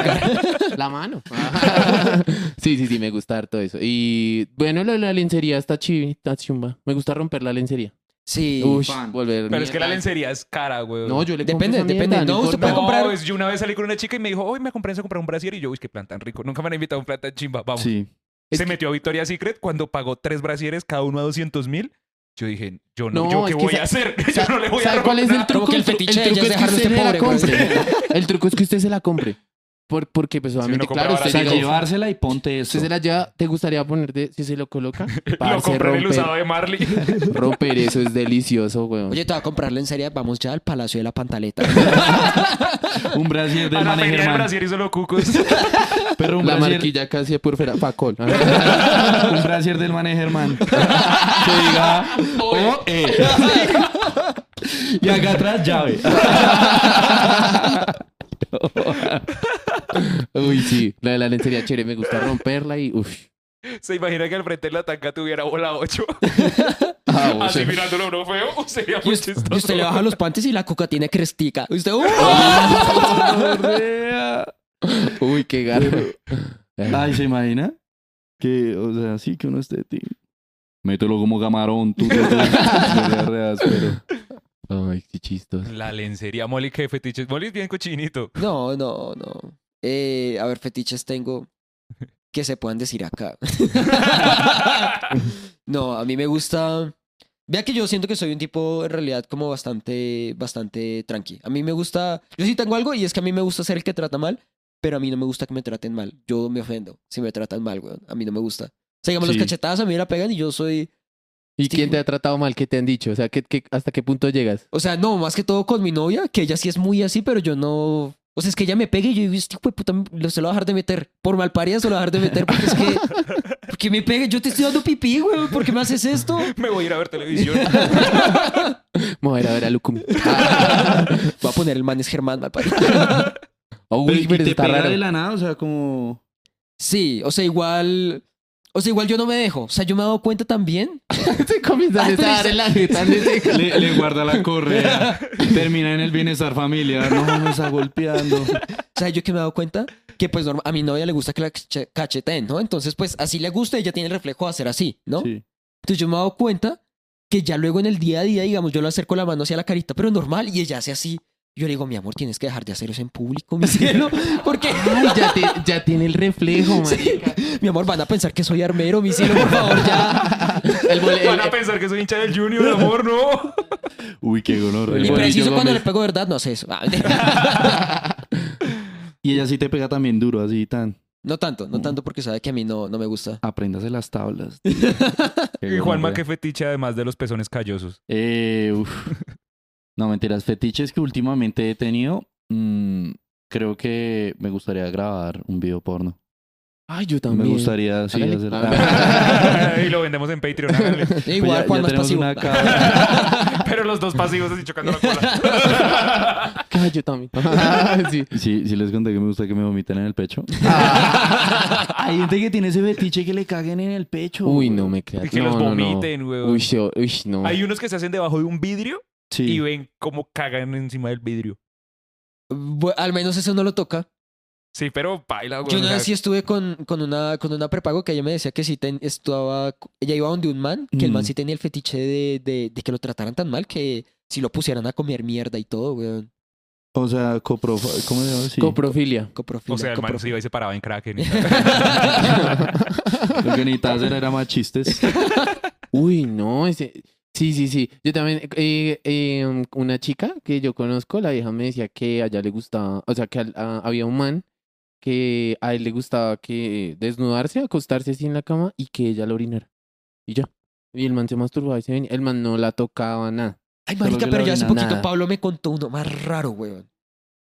A: la mano. Ah. sí, sí, sí, me gusta harto eso. Y bueno, lo de la lencería está chiva, está chimba. Me gusta romper la lencería.
C: Sí.
A: Ush,
B: fan.
A: volver
D: Pero es que la
A: mierda.
D: lencería es cara, güey.
A: No, yo le compro
C: Depende,
A: esa mierda,
C: depende. No, usted
A: importa.
C: puede
D: No,
C: comprar-
D: es- yo una vez salí con una chica y me dijo, hoy me compré, se compró un brasier. Y yo, uy, qué plan tan rico. Nunca me han invitado a un plan tan chimba. Vamos.
B: Sí.
A: Es
D: se
A: que-
D: metió a Victoria's Secret cuando pagó tres brasieres, cada uno a 200 mil. Yo dije, yo no,
A: No,
D: ¿yo qué
A: es que
D: voy
A: sa-
D: a hacer?
A: O sea,
D: yo no le voy a
A: ¿sabe
D: robar
A: cuál es el
D: nada.
A: truco?
C: Como que el fetiche de
A: truco
C: ella es dejarlo
A: usted
C: usted
A: se la
C: pobre, pues.
A: compre. El truco es que usted se la compre. Por, porque pues obviamente,
D: compra
A: claro,
B: O
A: usted,
B: sea,
D: barato.
A: llega-
B: llevársela y ponte eso.
A: usted se la lleva, te gustaría ponerte, si se lo coloca,
D: Lo
A: parce,
D: compré en el usado
A: romper,
D: de Marley.
A: romper eso es delicioso, weón.
C: Oye, te voy a comprar lencería. Vamos ya al Palacio de la Pantaleta.
B: Un brasier
D: a
B: del
D: la
B: Mane
D: feria del
B: Germán.
D: brasier y solo cucos.
B: Pero un
A: la
B: brasier,
A: marquilla casi de purfera, facol.
B: un brasier del Mane Germán. Que diga
D: Oh,
B: O E. Y acá atrás llave.
A: Uy, sí, la de la lencería chévere, me gusta romperla y uff.
D: ¿Se imagina que al frente de la tanca tuviera bola 8?
A: Ah,
D: Así mirándolo uno feo. Sería
C: Y
D: muy
C: usted,
D: chistoso.
C: y usted le baja los panties y la cuca tiene crestica. Usted, ¡uh!
A: Uy, qué garro.
B: Ay, ¿se imagina? Que, o sea, sí que uno esté, tío. Mételo como camarón, tú, tú, tú. Huele re áspero.
A: Ay, qué chistos.
D: La lencería, Molly, qué fetiches. Molly es bien cochinito.
C: No, no, no. Eh, a ver, fetiches tengo que se puedan decir acá. No, a mí me gusta. Vea que yo siento que soy un tipo en realidad como bastante, bastante tranqui. A mí me gusta. Yo sí tengo algo y es que a mí me gusta ser el que trata mal, pero a mí no me gusta que me traten mal. Yo me ofendo si me tratan mal, weón. A mí no me gusta. O sea, digamos,
B: Sí.
C: los cachetadas a mí me la pegan y yo soy.
A: ¿Y
C: Sí.
A: quién te ha tratado mal? ¿Qué te han dicho? O sea, ¿qué, qué- hasta qué punto llegas?
C: O sea, no, más que todo con mi novia, que ella sí es muy así, pero yo no. O sea, es que ella me pegue y yo digo, este hijo de puta, lo- se lo voy a dejar de meter. Por malparidas se lo voy a dejar de meter porque es que... Porque me pegue, yo te estoy dando pipí, güey, ¿por qué me haces esto?
D: Me voy a ir a ver televisión.
A: Me voy a ir a ver a Lucumi.
C: Voy a poner el man es Germán, malparido.
A: Oh,
B: Pero,
A: uy,
B: y
A: pero
B: te
A: está
B: pega
A: raro.
B: de la nada, o sea, como...
C: Sí, o sea, igual... O sea, igual yo no me dejo. O sea, yo me he dado cuenta también.
A: Se
D: Ah,
A: comienzan a dar en la jeta.
B: Le, le guarda la correa. Termina en el bienestar familiar. No, me está golpeando.
C: O sea, yo que me he dado cuenta que pues norma- a mi novia le gusta que la cache- cacheteen, ¿no? Entonces, pues así le gusta, ella tiene el reflejo de hacer así, ¿no?
B: Sí.
C: Entonces yo me he dado cuenta que ya luego en el día a día, digamos, yo le acerco la mano hacia la carita, pero normal, y ella hace así. Yo le digo, mi amor, tienes que dejar de hacer eso en público, mi cielo, porque,
A: Ay, ya, te- ya tiene el reflejo, man.
C: mi amor, van a pensar que soy armero, mi cielo, por favor, ya.
A: El, bol- el-
D: Van a pensar que soy hincha del Junior, amor, no.
B: Uy, qué gonorrea.
A: El
C: Y
A: bolillo
C: preciso cuando le
A: Gómez.
C: pego verdad, no hace eso. Ah,
B: Y ella sí te pega también duro, así tan...
C: No tanto, no tanto porque sabe que a mí no, no me gusta.
B: Apréndase las tablas.
D: Y Juanma, ¿qué fetiche además de los pezones callosos?
B: Eh, uf. No, mentiras. Fetiches que últimamente he tenido. mm, creo que me gustaría grabar un video porno.
A: Ay, yo también.
B: Me gustaría, sí,
A: Hágale.
B: hacer...
D: y lo vendemos en Patreon. háganle.
C: E
B: Pues ya-
C: igual,
B: ya
C: Juan, más
B: tenemos
C: pasivo.
B: una cabra.
D: Pero los dos pasivos así chocando la cola.
A: Ay, yo también. Ah, sí.
B: Sí, sí les conté que me gusta que me vomiten en el pecho. Hay gente que tiene ese fetiche que le caguen en el pecho.
A: Ah. Uy, no me
D: Y
A: creas.
D: que
A: no,
D: los
A: no, no.
D: vomiten, weón.
A: Uy, yo- uy, no.
D: Hay unos que se hacen debajo de un vidrio y
B: Sí.
D: ven cómo cagan encima del vidrio.
C: Bu- al menos eso no lo toca.
D: Sí, pero baila, güey.
C: Yo
D: o
C: una
D: sea,
C: vez sí estuve con, con, una, con una prepago que ella me decía que sí ten- estaba, ella iba donde un man, que el man
B: Mm.
C: sí tenía el fetiche de, de, de que lo trataran tan mal que si lo pusieran a comer mierda y todo, weón.
B: O sea, coprofa... ¿Cómo se llama? Sí.
A: Coprofilia.
C: Coprofila,
D: O sea, el man
C: coprofi-
D: se iba y se paraba en Kraken.
B: Lo que necesitaba hacer era más chistes.
A: Uy, no, ese... Sí, sí, sí. Yo también, eh, eh, una chica que yo conozco, la vieja me decía que a ella le gustaba, o sea, que al- a- había un man que a él le gustaba que desnudarse, acostarse así en la cama y que ella lo orinara. Y ya. Y el man se masturbaba y se venía. El man no la tocaba nada.
C: Ay,
B: Solo
C: marica,
B: que
C: pero
B: la
C: ya hace
B: orina,
C: poquito
A: nada.
C: Pablo me contó uno más raro, weón.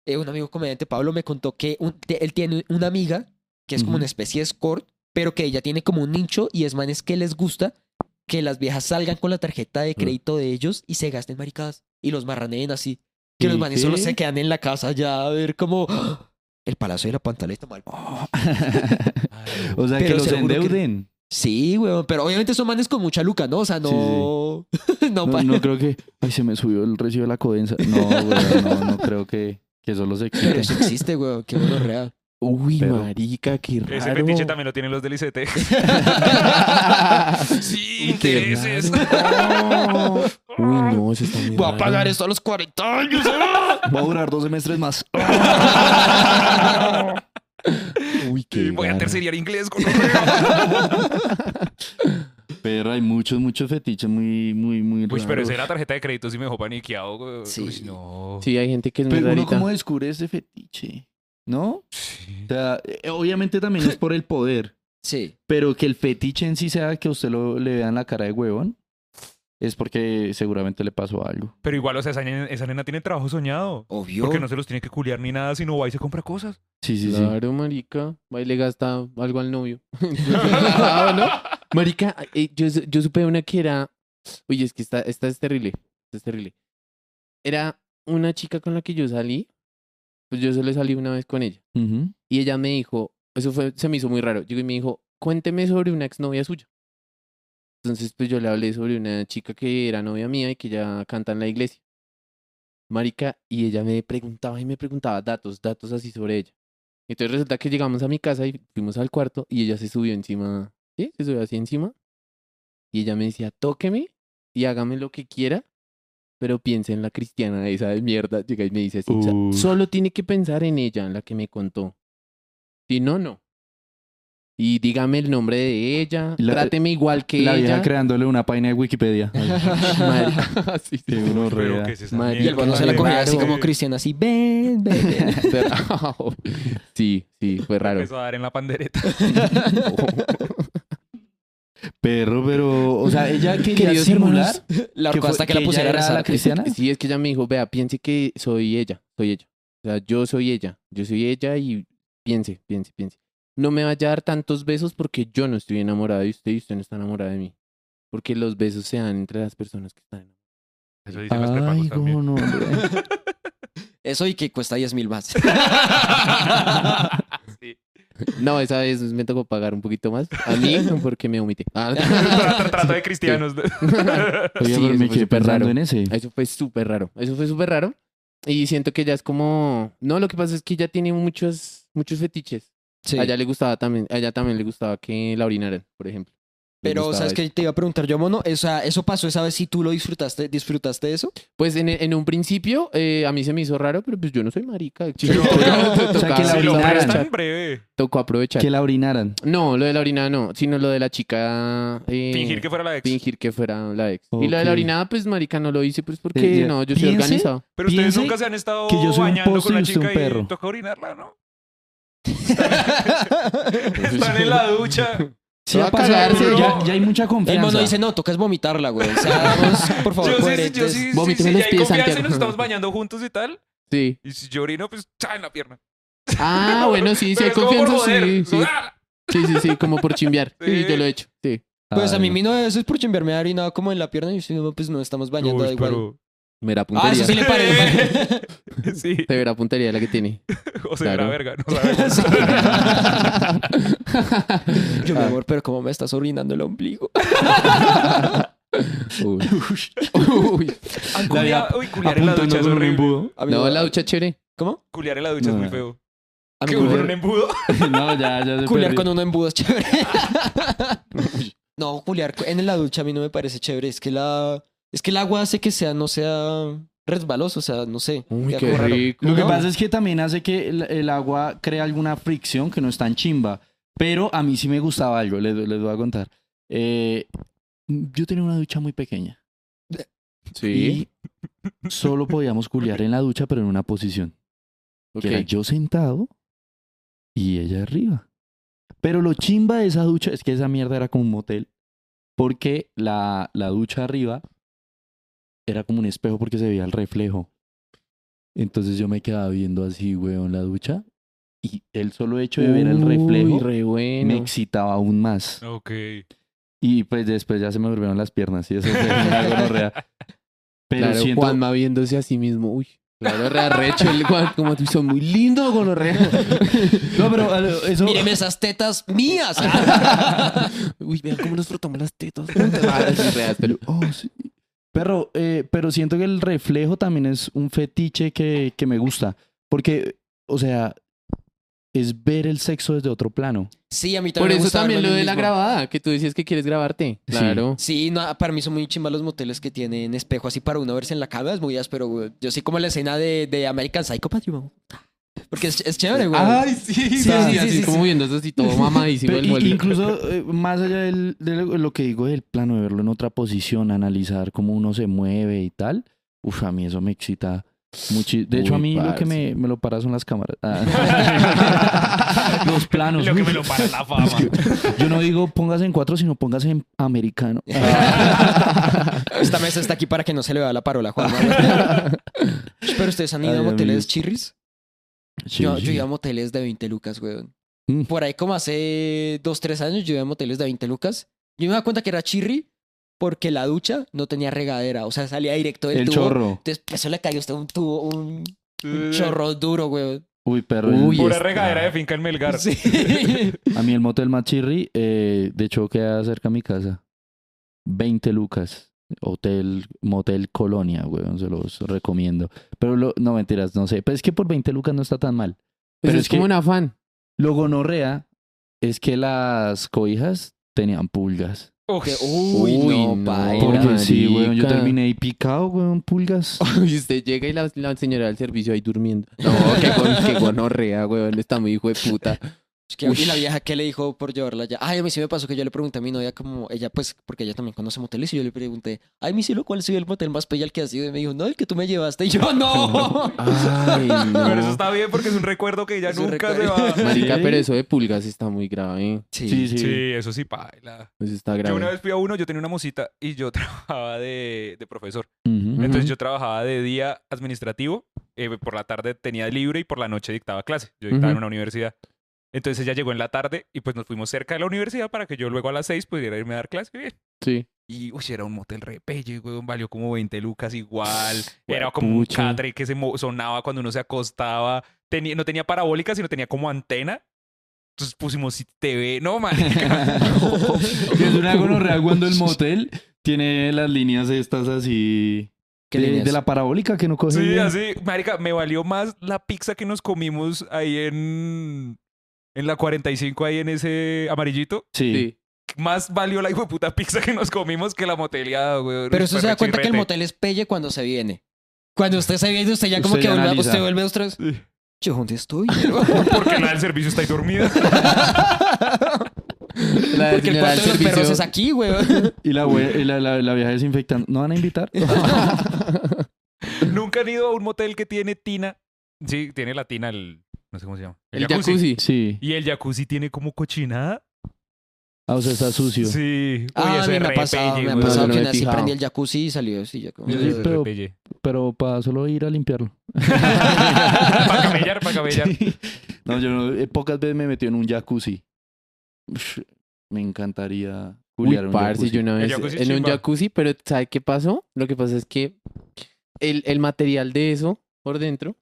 C: Eh, un amigo comediante, Pablo, me contó que un- te- él tiene una amiga que es como
B: Ujú.
C: una especie de escort, pero que ella tiene como un nicho y es manes que les gusta que las viejas salgan con la tarjeta de crédito de ellos y se gasten maricadas y los marraneen así. Que los
B: ¿Y
C: manes solo
B: qué?
C: se quedan en la casa ya a ver como ¡Ah! el palacio de la pantaleta, mal.
B: o sea, que
C: Pero
B: los
C: seguro que-
B: endeuden.
C: Sí, weón, pero obviamente son manes con mucha luca, ¿no? O sea, no. no,
B: No,
C: pa-
B: no creo que... Ay, se me subió el recibo de la codensa. No, güey, no, no creo que, que eso los
C: Pero
B: excite.
C: eso existe, weón, qué bueno real.
A: Uy,
B: Pero-
A: marica, qué raro.
D: Ese fetiche también lo tienen los del ICT. sí,
A: Qué
D: intereses.
A: raro. Uy, no, eso está muy
C: Voy a
A: raro.
C: pagar esto a los 40 años. ¿eh?
B: Va a durar dos semestres más.
A: Uy, qué
D: Y voy a
A: raro.
D: tercería inglés con
B: Pero hay muchos, muchos fetiches muy, muy, muy
D: Uy,
B: raros.
D: pero esa era tarjeta de crédito, sí me dejó paniqueado. güey.
C: Sí.
D: Uy, no.
A: Sí, hay gente que es muy
B: Pero uno
A: rarita.
B: cómo descubre ese fetiche, ¿no?
D: Sí.
B: O sea, eh, obviamente también es por el poder,
C: Sí.
B: pero que el fetiche en sí sea que a usted lo, le vean la cara de huevón, es porque seguramente le pasó algo.
D: Pero igual, o sea, esa nena, esa nena tiene trabajo soñado.
C: Obvio.
D: Porque no se los tiene que culiar ni nada, sino va y se compra cosas.
B: Sí, sí,
A: Claro, marica. Va y le gasta algo al novio. Relajado, Ah, ¿no? Marica, eh, yo, su- yo supe una que era... Oye, es que esta, esta es terrible. Esta es terrible. Era una chica con la que yo salí. Pues yo solo salí una vez con ella.
B: sí.
A: Y ella me dijo... Eso fue, se me hizo muy raro. Llegó y me dijo, cuénteme sobre una exnovia suya. Entonces, pues yo le hablé sobre una chica que era novia mía y que ya canta en la iglesia. Marica, y ella me preguntaba y me preguntaba datos, datos así sobre ella. Entonces resulta que llegamos a mi casa y fuimos al cuarto y ella se subió encima, ¿sí? Se subió así encima. Y ella me decía, tóqueme y hágame lo que quiera, pero piense en la cristiana esa de mierda. Llega y me dice así, o sea,
B: Uf.
A: solo tiene que pensar en ella, en la que me contó. Si no, no. Y dígame el nombre de ella,
B: La- eh,
A: tráteme igual que
B: La vieja
A: ella.
B: creándole una página de Wikipedia.
A: Madre- sí, sí.
B: Qué
D: Pero
B: gonorrea.
D: que es esa
A: Madre,
D: mierda,
C: Y el
A: bueno,
C: balón se la cogía así
A: Claro.
C: como Cristian, así, ven, ven, ven.
A: Pero- sí, sí, fue raro.
D: Empezó a dar en la pandereta.
B: Perro, pero, o sea, ella quería
A: Queridos
B: simular
A: hermanos,
C: La
B: que
C: arcó
B: fue-
C: hasta que,
B: que
C: la
B: ella
C: pusiera a
B: era
C: rezar.
B: la cristiana.
A: Sí, es que ella me dijo, vea, piense que soy ella, soy ella. O sea, yo soy ella, yo soy ella y piense, piense, piense. No me vaya a dar tantos besos porque yo no estoy enamorada de usted y usted no está enamorada de mí. Porque los besos se dan entre las personas que están enamoradas.
D: Eso dicen los prepagos también.
B: no,
C: Eso y que cuesta 10 mil más.
D: Sí.
A: No, esa vez me tocó pagar un poquito más. A mí, porque me vomité. Ah,
D: Tra- Trato de cristianos.
B: Oye,
A: Sí,
B: pero
A: eso
B: me
A: fue
B: quedé
A: súper
B: pensando
A: raro.
B: en ese.
A: Eso fue súper raro. Eso fue súper raro. Y siento que ya es como. No, lo que pasa es que ya tiene muchos, muchos fetiches.
C: Sí.
A: A ella le gustaba también, a ella también le gustaba que la orinaran, por ejemplo. Le
C: Pero,
A: gustaba
C: ¿sabes
A: eso.
C: qué te iba a preguntar yo, mono? O sea, ¿eso pasó esa vez si tú lo disfrutaste? ¿Disfrutaste eso?
A: Pues en, en un principio eh, a mí se me hizo raro, pero pues yo no soy marica. chico.
D: obvio.
A: Tocaba-
B: O sea, que la
D: Si lo
B: orinaran.
D: prestan, breve.
A: Tocó aprovechar.
B: Que la orinaran.
A: No, lo de la orinada no, sino lo de la chica. eh,
D: Fingir que fuera la ex.
A: fingir que fuera la ex. Y lo de la
B: Ok.
A: orinada, pues marica no lo hice, pues porque
B: Eh, ya.
A: no, yo soy
B: Piense-
A: organizado.
D: Pero ustedes
B: Piense
D: nunca se han estado
B: que yo soy un
D: bañando
B: pozo
D: con
B: y
D: una
B: usted un
D: chica y
B: perro.
D: toca orinarla, ¿no? Están en la ducha.
B: Sí,
A: va a
B: ha pasado,
A: cagarse,
B: pero
D: no.
B: ya, ya hay mucha
C: El
B: confianza.
C: mono dice, no, tocas vomitarla, güey. O sea, vamos, por favor,
D: Yo sí, yo
C: coherentes.
D: sí, sí,
A: Vómiteme
D: sí,
A: los
D: ya hay
A: pies,
D: confianza y
A: Santiago.
D: nos estamos bañando juntos y tal.
A: Sí.
D: Y si yo orino, pues ¡cha! en la pierna.
A: Ah, bueno, sí, sí, hay
D: Pero es como por
A: confianza,
D: joder.
A: sí, sí.
D: ¡Ah!
A: Sí, sí, sí, como por chimbear. Sí,
D: Sí.
A: yo lo he hecho. Sí.
C: Pues a
B: Ay,
C: mí mi novia eso es por chimbearme ha orinado como en la pierna y si no, pues no estamos bañando da
D: Uy,
C: igual.
D: pero-
A: Mera puntería.
C: Ah, eso sí le parece.
D: Sí,
A: Te verá puntería la que tiene.
D: o sea,
A: Claro.
D: la verga, no sabemos.
C: Yo, mi amor, pero ¿cómo me estás orinando el ombligo?
A: Uy. Uy.
D: Ah, culia- Uy, culiar en la
B: apuntando
D: ducha es
B: con un
D: horrible.
B: embudo.
C: A mí
A: No, la ducha es chévere.
C: ¿Cómo?
D: Culiar en la ducha es
B: No.
D: muy feo.
C: A mí
D: ¿Qué,
C: me
D: con
C: gusta
D: un embudo?
B: No, ya, ya se
C: culiar
B: perdió.
C: con uno embudo es chévere. no, culiar cu- en la ducha a mí no me parece chévere. Es que la... Es que el agua hace que sea, no sea resbaloso, o sea, no sé.
A: Uy,
C: Queda
A: qué
C: como raro.
A: rico.
B: Lo que pasa es que también hace que el, el agua crea alguna fricción que no es tan chimba. Pero a mí sí me gustaba algo, les, les voy a contar. Eh, yo tenía una ducha muy pequeña.
A: Sí.
B: Y solo podíamos culiar en la ducha, pero en una posición.
A: Ok.
B: Que era yo sentado y ella arriba. Pero lo chimba de esa ducha es que esa mierda era como un motel. Porque la, la ducha arriba era como un espejo porque se veía el reflejo. Entonces yo me quedaba viendo así, weón, la ducha. Y el solo hecho de ver el
A: Uy,
B: reflejo
A: re bueno.
B: me excitaba aún más.
D: Ok.
B: Y pues después ya se me durmieron las piernas y eso fue una gonorrea. Pero
A: claro,
B: siento...
A: Juanma viéndose a sí mismo. Uy. Claro, re arrecho el Juan, como tú son muy lindo con los
B: No, pero a lo- eso...
C: Míreme esas tetas mías.
A: Uy, vean cómo nos frotamos las tetas. juntas. Ah, sí, re áspero.
B: Oh, sí. Pero, eh, pero siento que el reflejo también es un fetiche que, que me gusta. Porque, o sea, es ver el sexo desde otro plano.
C: Sí, a mí también
A: Por
C: me
A: eso
C: gusta
A: también
C: verlo
A: lo
C: en
A: de
C: el
A: la
C: mismo.
A: grabada, que tú decías que quieres grabarte.
B: Sí.
A: Claro.
C: Sí, no, para mí son muy chimba los moteles que tienen espejo así para uno verse en la cama. Es muy áspero, güey. Yo sí como la escena de, de American Psychopath, yo, Porque es, es chévere, güey.
A: sí, sí,
C: sí,
A: así,
C: sí,
A: así
C: sí,
A: como
C: sí.
A: viéndose así todo mamadísimo
B: Pero
A: el
B: i-
A: molde.
B: incluso eh, más allá del- de lo- lo que digo del plano, de verlo en otra posición, analizar cómo uno se mueve y tal. Uf, a mí eso me excita mucho. De hecho,
A: Uy,
B: a mí lo
A: parce.
B: que me, me lo para son las cámaras. Ah. Los planos.
D: Lo que
B: Uf.
D: me lo para la fama.
B: Yo no digo póngase en cuatro, sino póngase en americano.
C: Esta mesa está aquí para que no se le vea la parola, Juan. ¿no? Pero ustedes han ido
B: Ay,
C: a moteles
B: amigos.
C: chirris.
B: Sí,
C: yo,
B: sí.
C: yo iba a moteles de 20 lucas, güey.
B: Mm.
C: Por ahí como hace 2, 3 años yo iba a moteles de 20 lucas. Yo me daba cuenta que era chirri porque la ducha no tenía regadera. O sea, salía directo del
B: El
C: tubo.
B: chorro.
C: Entonces, eso le cayó a usted un tubo, un,
D: Eh.
C: un chorro duro, güey.
B: Uy, perro.
A: Uy,
B: el-
D: Pura regadera de finca en Melgar.
C: Sí.
B: A mí el motel Machirri, eh, de hecho, queda cerca a mi casa. 20 lucas. Hotel, motel Colonia, weón, se los recomiendo. Pero lo- no mentiras, no sé. Pero es que por 20 lucas no está tan mal.
A: Pues
B: Pero
A: es,
B: es que-
A: como un afán.
B: Lo gonorrea es que las cobijas tenían pulgas.
D: Uf.
C: Que- uy,
A: Uy,
C: no,
A: no.
C: paila.
A: Por-
B: Porque sí, weón, yo
A: marica.
B: terminé ahí picado, weón, pulgas.
A: Y usted llega y la, la señora del servicio ahí durmiendo. No, qué, gon- qué gonorrea, weón. Está muy hijo de puta.
C: Es que- y la vieja que le dijo por llevarla ya. Ay, a mí sí me pasó que yo le pregunté a mi novia como ella, pues, porque ella también conoce moteles, y yo le pregunté, ay, mi cielo, ¿cuál es el motel más pella al que has ido? Y me dijo, no, el que tú me llevaste. Y yo, no.
A: Ay,
D: Pero eso
A: no.
D: está bien porque es un recuerdo que ya
C: Es un
D: nunca se
C: recuerdo.
D: va.
A: Marica,
B: Sí.
A: pero eso de pulgas está muy grave.
B: Sí, sí.
D: Sí, eso sí, paila.
A: Eso está
D: Yo una
A: grave.
D: vez fui a uno, yo tenía una mosita y yo trabajaba de, de profesor.
B: Ujú.
D: Entonces yo trabajaba de día administrativo eh, por la tarde tenía libre y por la noche dictaba clase. Yo dictaba en
A: Ujú.
D: una universidad. Entonces ella llegó en la tarde y pues nos fuimos cerca de la universidad para que yo luego a las seis pudiera irme a dar clase. Bien.
A: Sí.
D: Y uy, era un motel repelle, weón, valió como 20 lucas igual. Era
B: Huepucha.
D: como un catre que se mo- sonaba cuando uno se acostaba. Tenía- no tenía parabólica, sino tenía como antena. Entonces pusimos TV. No, marica.
B: Que es una gonorrea cuando el motel tiene las líneas estas así...
C: ¿Qué
B: de,
C: líneas?
B: de la parabólica que no
C: Pues
B: coge.
D: sí,
B: bien.
D: así. Marica, me valió más la pizza que nos comimos ahí en... En la 45, ahí en ese amarillito.
B: Sí.
A: Sí.
D: Más valió la puta pizza que nos comimos que la moteleada, weón.
C: Pero usted se da cuenta que el
D: motel
C: motel es pelle cuando se viene. Cuando usted se viene, usted ya como
B: Usted
C: que
B: ya
C: vuelve,
B: analiza.
C: usted vuelve a otros. Yo, ¿dónde estoy?
D: Porque la del servicio está ahí dormida.
A: La
C: Porque el
A: señora
C: cuarto
A: del
C: de los perros
A: servicio-
C: es aquí, güey. Ah,
B: Y la, vieja la, la- la vieja desinfectando. ¿No van a invitar?
D: Nunca han ido a un motel que tiene tina. Sí, tiene la tina, el. No sé cómo se llama.
A: El jacuzzi.
B: Sí.
D: Y el jacuzzi tiene como cochinada.
B: Ah, o sea, está sucio.
D: Sí.
C: Ah, a mí me ha pasado, me ha
A: güey.
C: pasado
A: Yo no
C: que
A: me he
C: una así
A: fijado.
C: prendí el jacuzzi y salió así. Ya como...
B: Yo sí, pero- Pero para solo ir a limpiarlo.
D: para camellar, para camellar.
B: Sí. No, yo no- eh, pocas veces me metí en un jacuzzi. Ush, Me encantaría
A: Uy,
B: culiar un
A: parce,
B: jacuzzi.
A: yo una
D: El
A: vez
D: jacuzzi
A: en un
D: chimba.
A: jacuzzi, pero ¿sabe qué pasó? Lo que pasa es que el, el material de eso por dentro,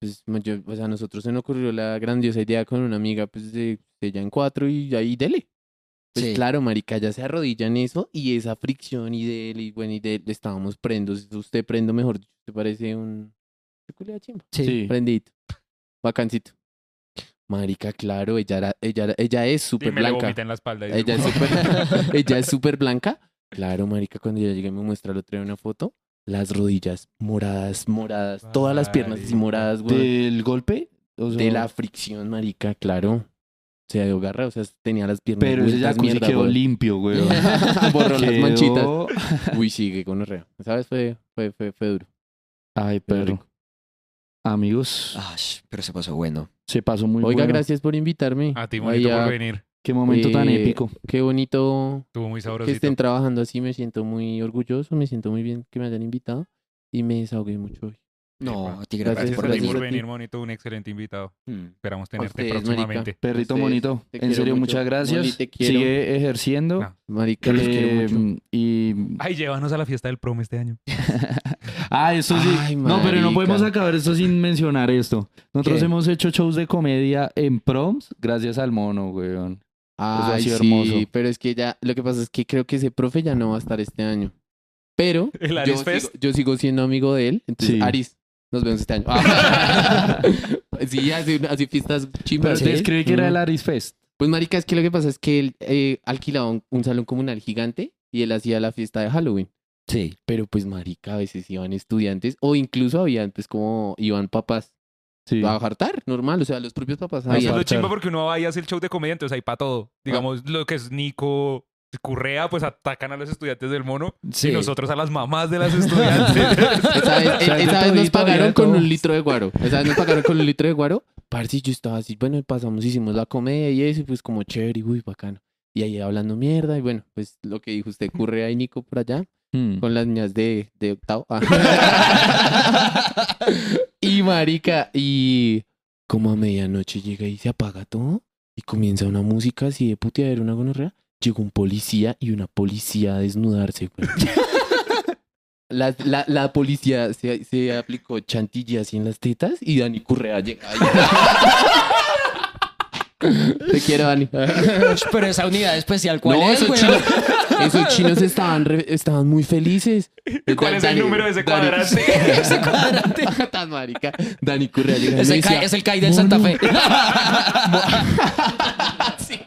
A: pues ma- yo- o sea, a nosotros se nos ocurrió la grandiosa idea con una amiga, pues de, de ella en cuatro y ahí dele. Pues
C: Sí.
A: claro, marica, ya se arrodilla en eso y esa fricción y dele, y bueno, y dele, estábamos prendos. Usted prendo, mejor dicho, te parece un... ¿Qué culea chimba?
B: Sí.
A: Prendidito. Bacancito. Marica, claro, ella, era, ella, era- ella es
D: Y
A: súper
D: me le
A: blanca.
D: vomita en la espalda. y
A: Ella es
D: dice,
A: súper ella es súper blanca. Claro, marica, cuando yo llegué me muestra el otro día una foto. Las rodillas moradas, moradas. Todas las piernas así
D: Marica.
A: moradas, güey.
B: ¿Del golpe? O sea,
A: De la fricción, marica, claro. Se dio garra, o sea, tenía las piernas
B: Pero ese
A: vueltas,
B: jacuzzi
A: mierda,
B: quedó
A: güey.
B: limpio, güey.
A: Borró las
B: Quedó-
A: manchitas. Uy, sí, qué gonorrea. ¿Sabes? Fue, fue, fue, fue duro.
B: Ay,
A: Pero
B: perro.
A: rico. Ah.
B: Amigos,
C: Ay, pero se pasó bueno.
B: se pasó muy
A: Oiga,
B: bueno.
A: gracias por invitarme.
D: A ti,
A: Ay,
D: bonito,
A: ya,
D: por venir.
B: Qué momento tan
A: Eh,
B: épico.
A: Qué bonito
D: Estuvo muy
A: que
D: sabrosito.
A: estén trabajando así. Me siento muy orgulloso, me siento muy bien que me hayan invitado. Y me desahogué mucho hoy.
C: No, a ti gracias,
D: Gracias
C: por
D: a ti
A: gracias
D: por
A: a ti.
D: venir, bonito. Un excelente invitado.
C: venir.
D: Esperamos tenerte
A: ustedes, marica.
D: próximamente.
B: Perrito
A: ustedes,
B: bonito.
A: te
B: En
A: quiero
B: serio,
A: mucho.
B: muchas gracias.
A: Moni, te quiero. Ah.
B: Sigue ejerciendo.
D: No.
A: Marica, los quiero
B: Eh,
A: mucho.
B: Y.
D: Ay, llévanos a la fiesta del prom este año.
B: Ah, eso sí.
A: Ay,
B: no, pero no
A: marica.
B: podemos acabar esto sin mencionar esto. Nosotros
A: ¿Qué?
B: hemos hecho shows de comedia en proms gracias al mono, weón. ha
A: Ay,
B: sido hermoso.
A: sí, pero es que ya, lo que pasa es que creo que ese profe ya no va a estar este año. Pero
D: El
A: yo
D: Aris Fest.
A: sigo, yo sigo siendo amigo de él, entonces
B: Sí.
A: Aris, nos vemos este año. Ah. sí, así, así fiestas
B: Pero
A: chimbas.
B: te
A: ¿sí?
B: escribí que era
A: Mm.
B: el Aris Fest.
A: Pues marica, es que lo que pasa es que él eh, alquilaba un, un salón comunal gigante y él hacía la fiesta de Halloween.
C: Sí.
A: Pero pues marica, a veces iban estudiantes o incluso habían pues como iban papás
B: Sí.
A: a hartar, normal, o sea, los propios papás
B: Ahí
D: Eso es
A: sabían.
D: lo
B: Apartar.
D: chimba porque uno va y hace el show de comedia, entonces hay para todo. Digamos, lo que es Nico, Currea, pues atacan a los estudiantes del mono y
C: Sí.
D: nosotros a las mamás de las estudiantes.
A: Esa vez,
B: O sea,
A: e-
B: de
A: esa vez
B: todito
A: nos
B: había de
A: pagaron con
B: todo.
A: un litro de guaro. Esa vez nos pagaron con un litro de guaro. Parce, yo estaba así, bueno, pasamos, hicimos la comedia y eso, y pues como chévere, y uy, bacano. Y ahí hablando mierda, y bueno, pues lo que dijo usted, Currea y Nico por allá,
B: Mm.
A: con las niñas de, de octavo. Ah. y marica, y como a medianoche llega y se apaga todo, y comienza una música así de puteadera, una gonorrea. Llegó un policía y una policía a desnudarse, güey. La, la, la policía se, se aplicó chantilly así en las tetas y Dani Currea llega. ahí. Te quiero, Dani.
C: Ush, Pero esa unidad especial, ¿cuál
A: No,
C: es,
A: esos
C: güey?
A: chinos, esos chinos estaban, re- estaban muy felices.
D: ¿Cuál es el número de ese cuadrante?
A: ese cuadrante. Tan marica. Dani Currea llegando y
C: Es el,
A: decía,
C: Kai, es el Kai del Santa Fe.
D: Sí,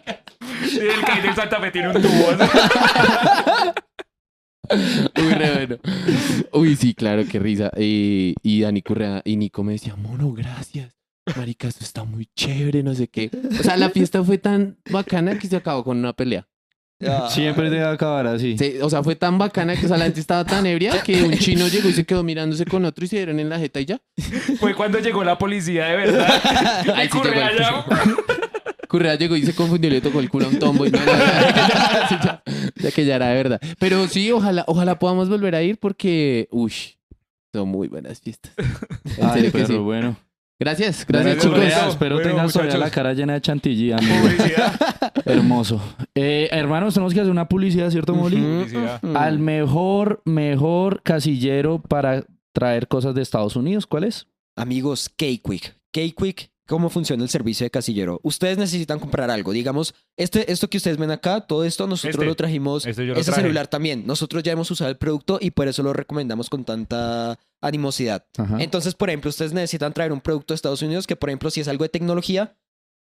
D: el Kai del Santa Fe tiene un tubo. ¿no?
A: Uy, re bueno. Uy, sí, claro, qué risa. Eh, y Dani Currea y Nico me decía, mono, gracias. Marica, esto está muy chévere, no sé qué. O sea, la fiesta fue tan bacana que se acabó con una pelea.
C: Ah.
B: Siempre debe acabar así.
A: Se- o sea, fue tan bacana que o sea, la gente estaba tan ebria que un chino llegó y se quedó mirándose con otro y se dieron en la jeta y ya.
D: Fue cuando llegó la policía de verdad.
A: Ay,
D: Y
A: sí, llegó
D: Correa
A: el-
D: ya-
A: Correa llegó y se confundió y le tocó el culo a un tombo. y no, no, no, ya, que ya- ya que ya era de verdad. Pero sí, ojalá, ojalá podamos volver a ir porque, uy, Son muy buenas fiestas. En
B: Ay,
A: serio que
B: perro,
A: sí.
B: bueno.
A: Gracias, gracias,
D: Gracias,
A: chicos.
D: Andrea.
B: Andrea, espero
D: Bueno,
B: tengas todavía la
D: muchachos.
B: cara llena de chantilly, amigo.
D: Publicidad.
B: Hermoso. Eh, hermanos, tenemos que hacer una publicidad, ¿cierto, Molly?
D: Publicidad.
B: Al mejor, mejor casillero para traer cosas de Estados Unidos, ¿cuál es?
C: Amigos, K-Quick. K-Quick, ¿cómo funciona el servicio de casillero? Ustedes necesitan comprar algo. Digamos, este, esto que ustedes ven acá, todo esto nosotros
D: Este.
C: lo trajimos.
D: Este yo lo
C: Ese
D: traje.
C: celular también. Nosotros ya hemos usado el producto y por eso lo recomendamos con tanta animosidad.
B: Ajá.
C: Entonces, por ejemplo, ustedes necesitan traer un producto de Estados Unidos que, por ejemplo, si es algo de tecnología,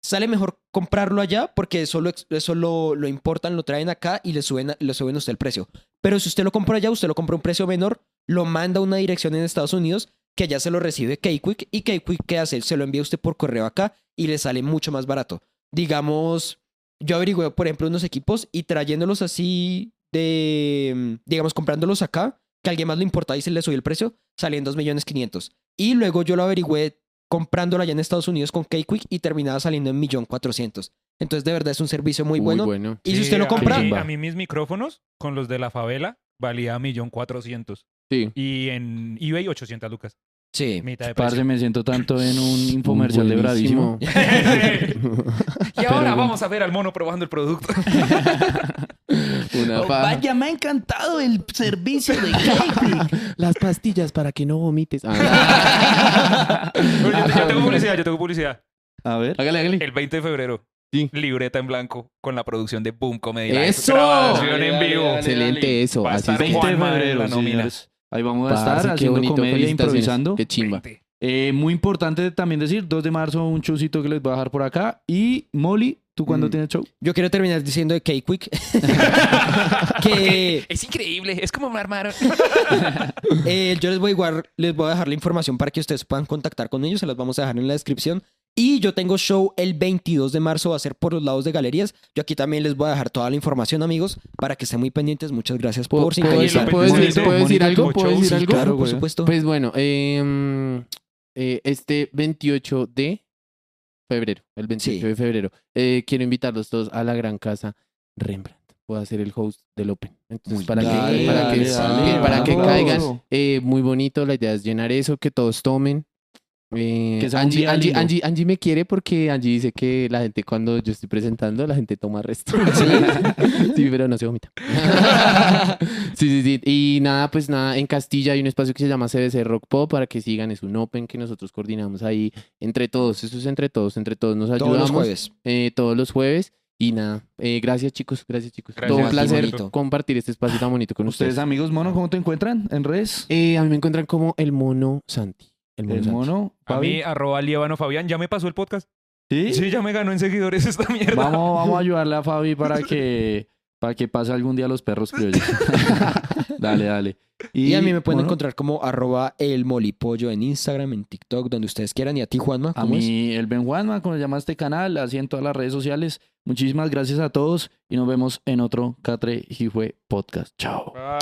C: sale mejor comprarlo allá porque eso lo, ex- eso lo, lo importan, lo traen acá y le suben, a- le suben a usted el precio. Pero si usted lo compra allá, usted lo compra a un precio menor, lo manda a una dirección en Estados Unidos que allá se lo recibe K-Quick y K-Quick, ¿qué hace? Se lo envía usted por correo acá y le sale mucho más barato. Digamos, yo averigüé, por ejemplo, unos equipos y trayéndolos así de, mm, digamos, comprándolos acá, que a alguien más le importa y se le subió el precio, salía en 2.500.000. Y luego yo lo averigüé comprándolo allá en Estados Unidos con K-Quick y terminaba saliendo en 1.400.000. Entonces, de verdad, es un servicio muy bueno. Y si
D: Sí,
C: usted lo
D: a
C: compra,
D: mí-
B: chimba.
D: A mí mis micrófonos con los de la favela valía millón cuatrocientos.
A: Sí.
D: Y en eBay 800 lucas.
C: sí.
D: Mitad de
B: Parce,
D: precio.
B: me siento tanto en un infomercial de Bravísimo.
D: y ahora
B: pero-
D: vamos a ver al mono probando el producto.
B: Oh,
A: Una paja.
B: me ha encantado el servicio de
A: Las pastillas para que no vomites. Ah,
D: Pero yo, yo tengo publicidad, yo tengo publicidad.
B: A ver.
A: hágale, hágale.
D: El 20 de febrero.
A: Sí.
D: Libreta en blanco con la producción de Boom Comedy. Live.
A: ¡Eso!
D: Grabación en
B: Dale,
D: vivo.
B: dale, dale.
A: Excelente eso.
D: Va a
A: Así
D: estar
A: es.
B: 20 de
D: Juanma en la
B: febrero,
D: nómina.
B: señores. Ahí vamos a
A: Parce,
B: estar
A: qué
B: haciendo
A: bonito,
B: comedia, e
A: felicitaciones.
B: improvisando.
A: Qué chimba.
B: Eh, muy importante también decir, 2 de marzo, un showcito que les voy a dejar por acá. Y Molly, ¿tú cuándo
C: Mm.
B: tienes show?
C: Yo quiero terminar diciendo de K-Quick que
D: Es increíble. Es como me armaron.
C: eh, yo les voy, a guar- les voy a dejar la información para que ustedes puedan contactar con ellos. Se las vamos a dejar en la descripción. Y yo tengo show el 22 de marzo, va a ser por los lados de galerías. Yo aquí también les voy a dejar toda la información, amigos, para que estén muy pendientes. Muchas gracias
A: ¿Puedo,
C: por
A: puedo decir,
C: sintonizar.
D: Oye,
A: puedo decir-
D: bonito,
A: puedo decir
D: bonito
A: algo?
D: tu
A: ¿Puedo
D: show.
A: decir
C: Sí,
A: algo?
C: claro, por
B: güey.
C: supuesto.
A: Pues bueno, eh, eh, este 28 de febrero, el 28
C: Sí.
A: de febrero, eh, quiero invitarlos todos a la gran casa Rembrandt. Voy a ser el host del Open. Entonces, para,
B: dale,
A: que, para,
B: dale,
A: que,
B: dale,
A: que- para que
B: vamos.
A: caigan. Eh, muy bonito, la idea es llenar eso, que todos tomen. Eh,
B: Que sea un
A: Angie,
B: día
A: Angie,
B: lindo.
A: Angie, Angie me quiere porque Angie dice que la gente cuando yo estoy presentando, la gente toma resto.
C: Sí.
A: Sí, pero no se vomita. sí, sí, sí. Y nada, pues nada, en Castilla hay un espacio que se llama CBC Rock Pop para que sigan. Es un open que nosotros coordinamos ahí entre todos. Eso es entre todos, entre todos nos ayudamos.
C: Todos los jueves.
A: eh, todos los jueves. Y nada, eh, gracias chicos, gracias chicos.
D: Gracias
A: Todo
D: a
A: un
D: ti,
A: placer
C: Monito.
A: compartir este espacio tan bonito con ustedes.
B: Ustedes, amigos, mono, ¿cómo te encuentran en redes?
A: Eh, a mí me encuentran como el mono Santi. El mono
B: El
A: Santi.
B: mono,
D: A mí,
B: Pavi.
D: arroba Lievano Fabián. Ya me pasó el podcast.
B: ¿Sí?
D: Sí, ya me ganó en seguidores esta mierda.
B: Vamos, vamos a ayudarle a Fabi para que, para que pase algún día los perros criollos. dale, dale.
C: Y, a mí me pueden
B: bueno,
C: encontrar como arroba el molipollo en Instagram, en TikTok, donde ustedes quieran. Y a ti, Juanma,
B: A
C: ¿cómo es?
B: mí, el Ben Juanma, como se llama este canal, así en todas las redes sociales. Muchísimas gracias a todos y nos vemos en otro Catre Jijue Podcast. Chao.
D: Ah.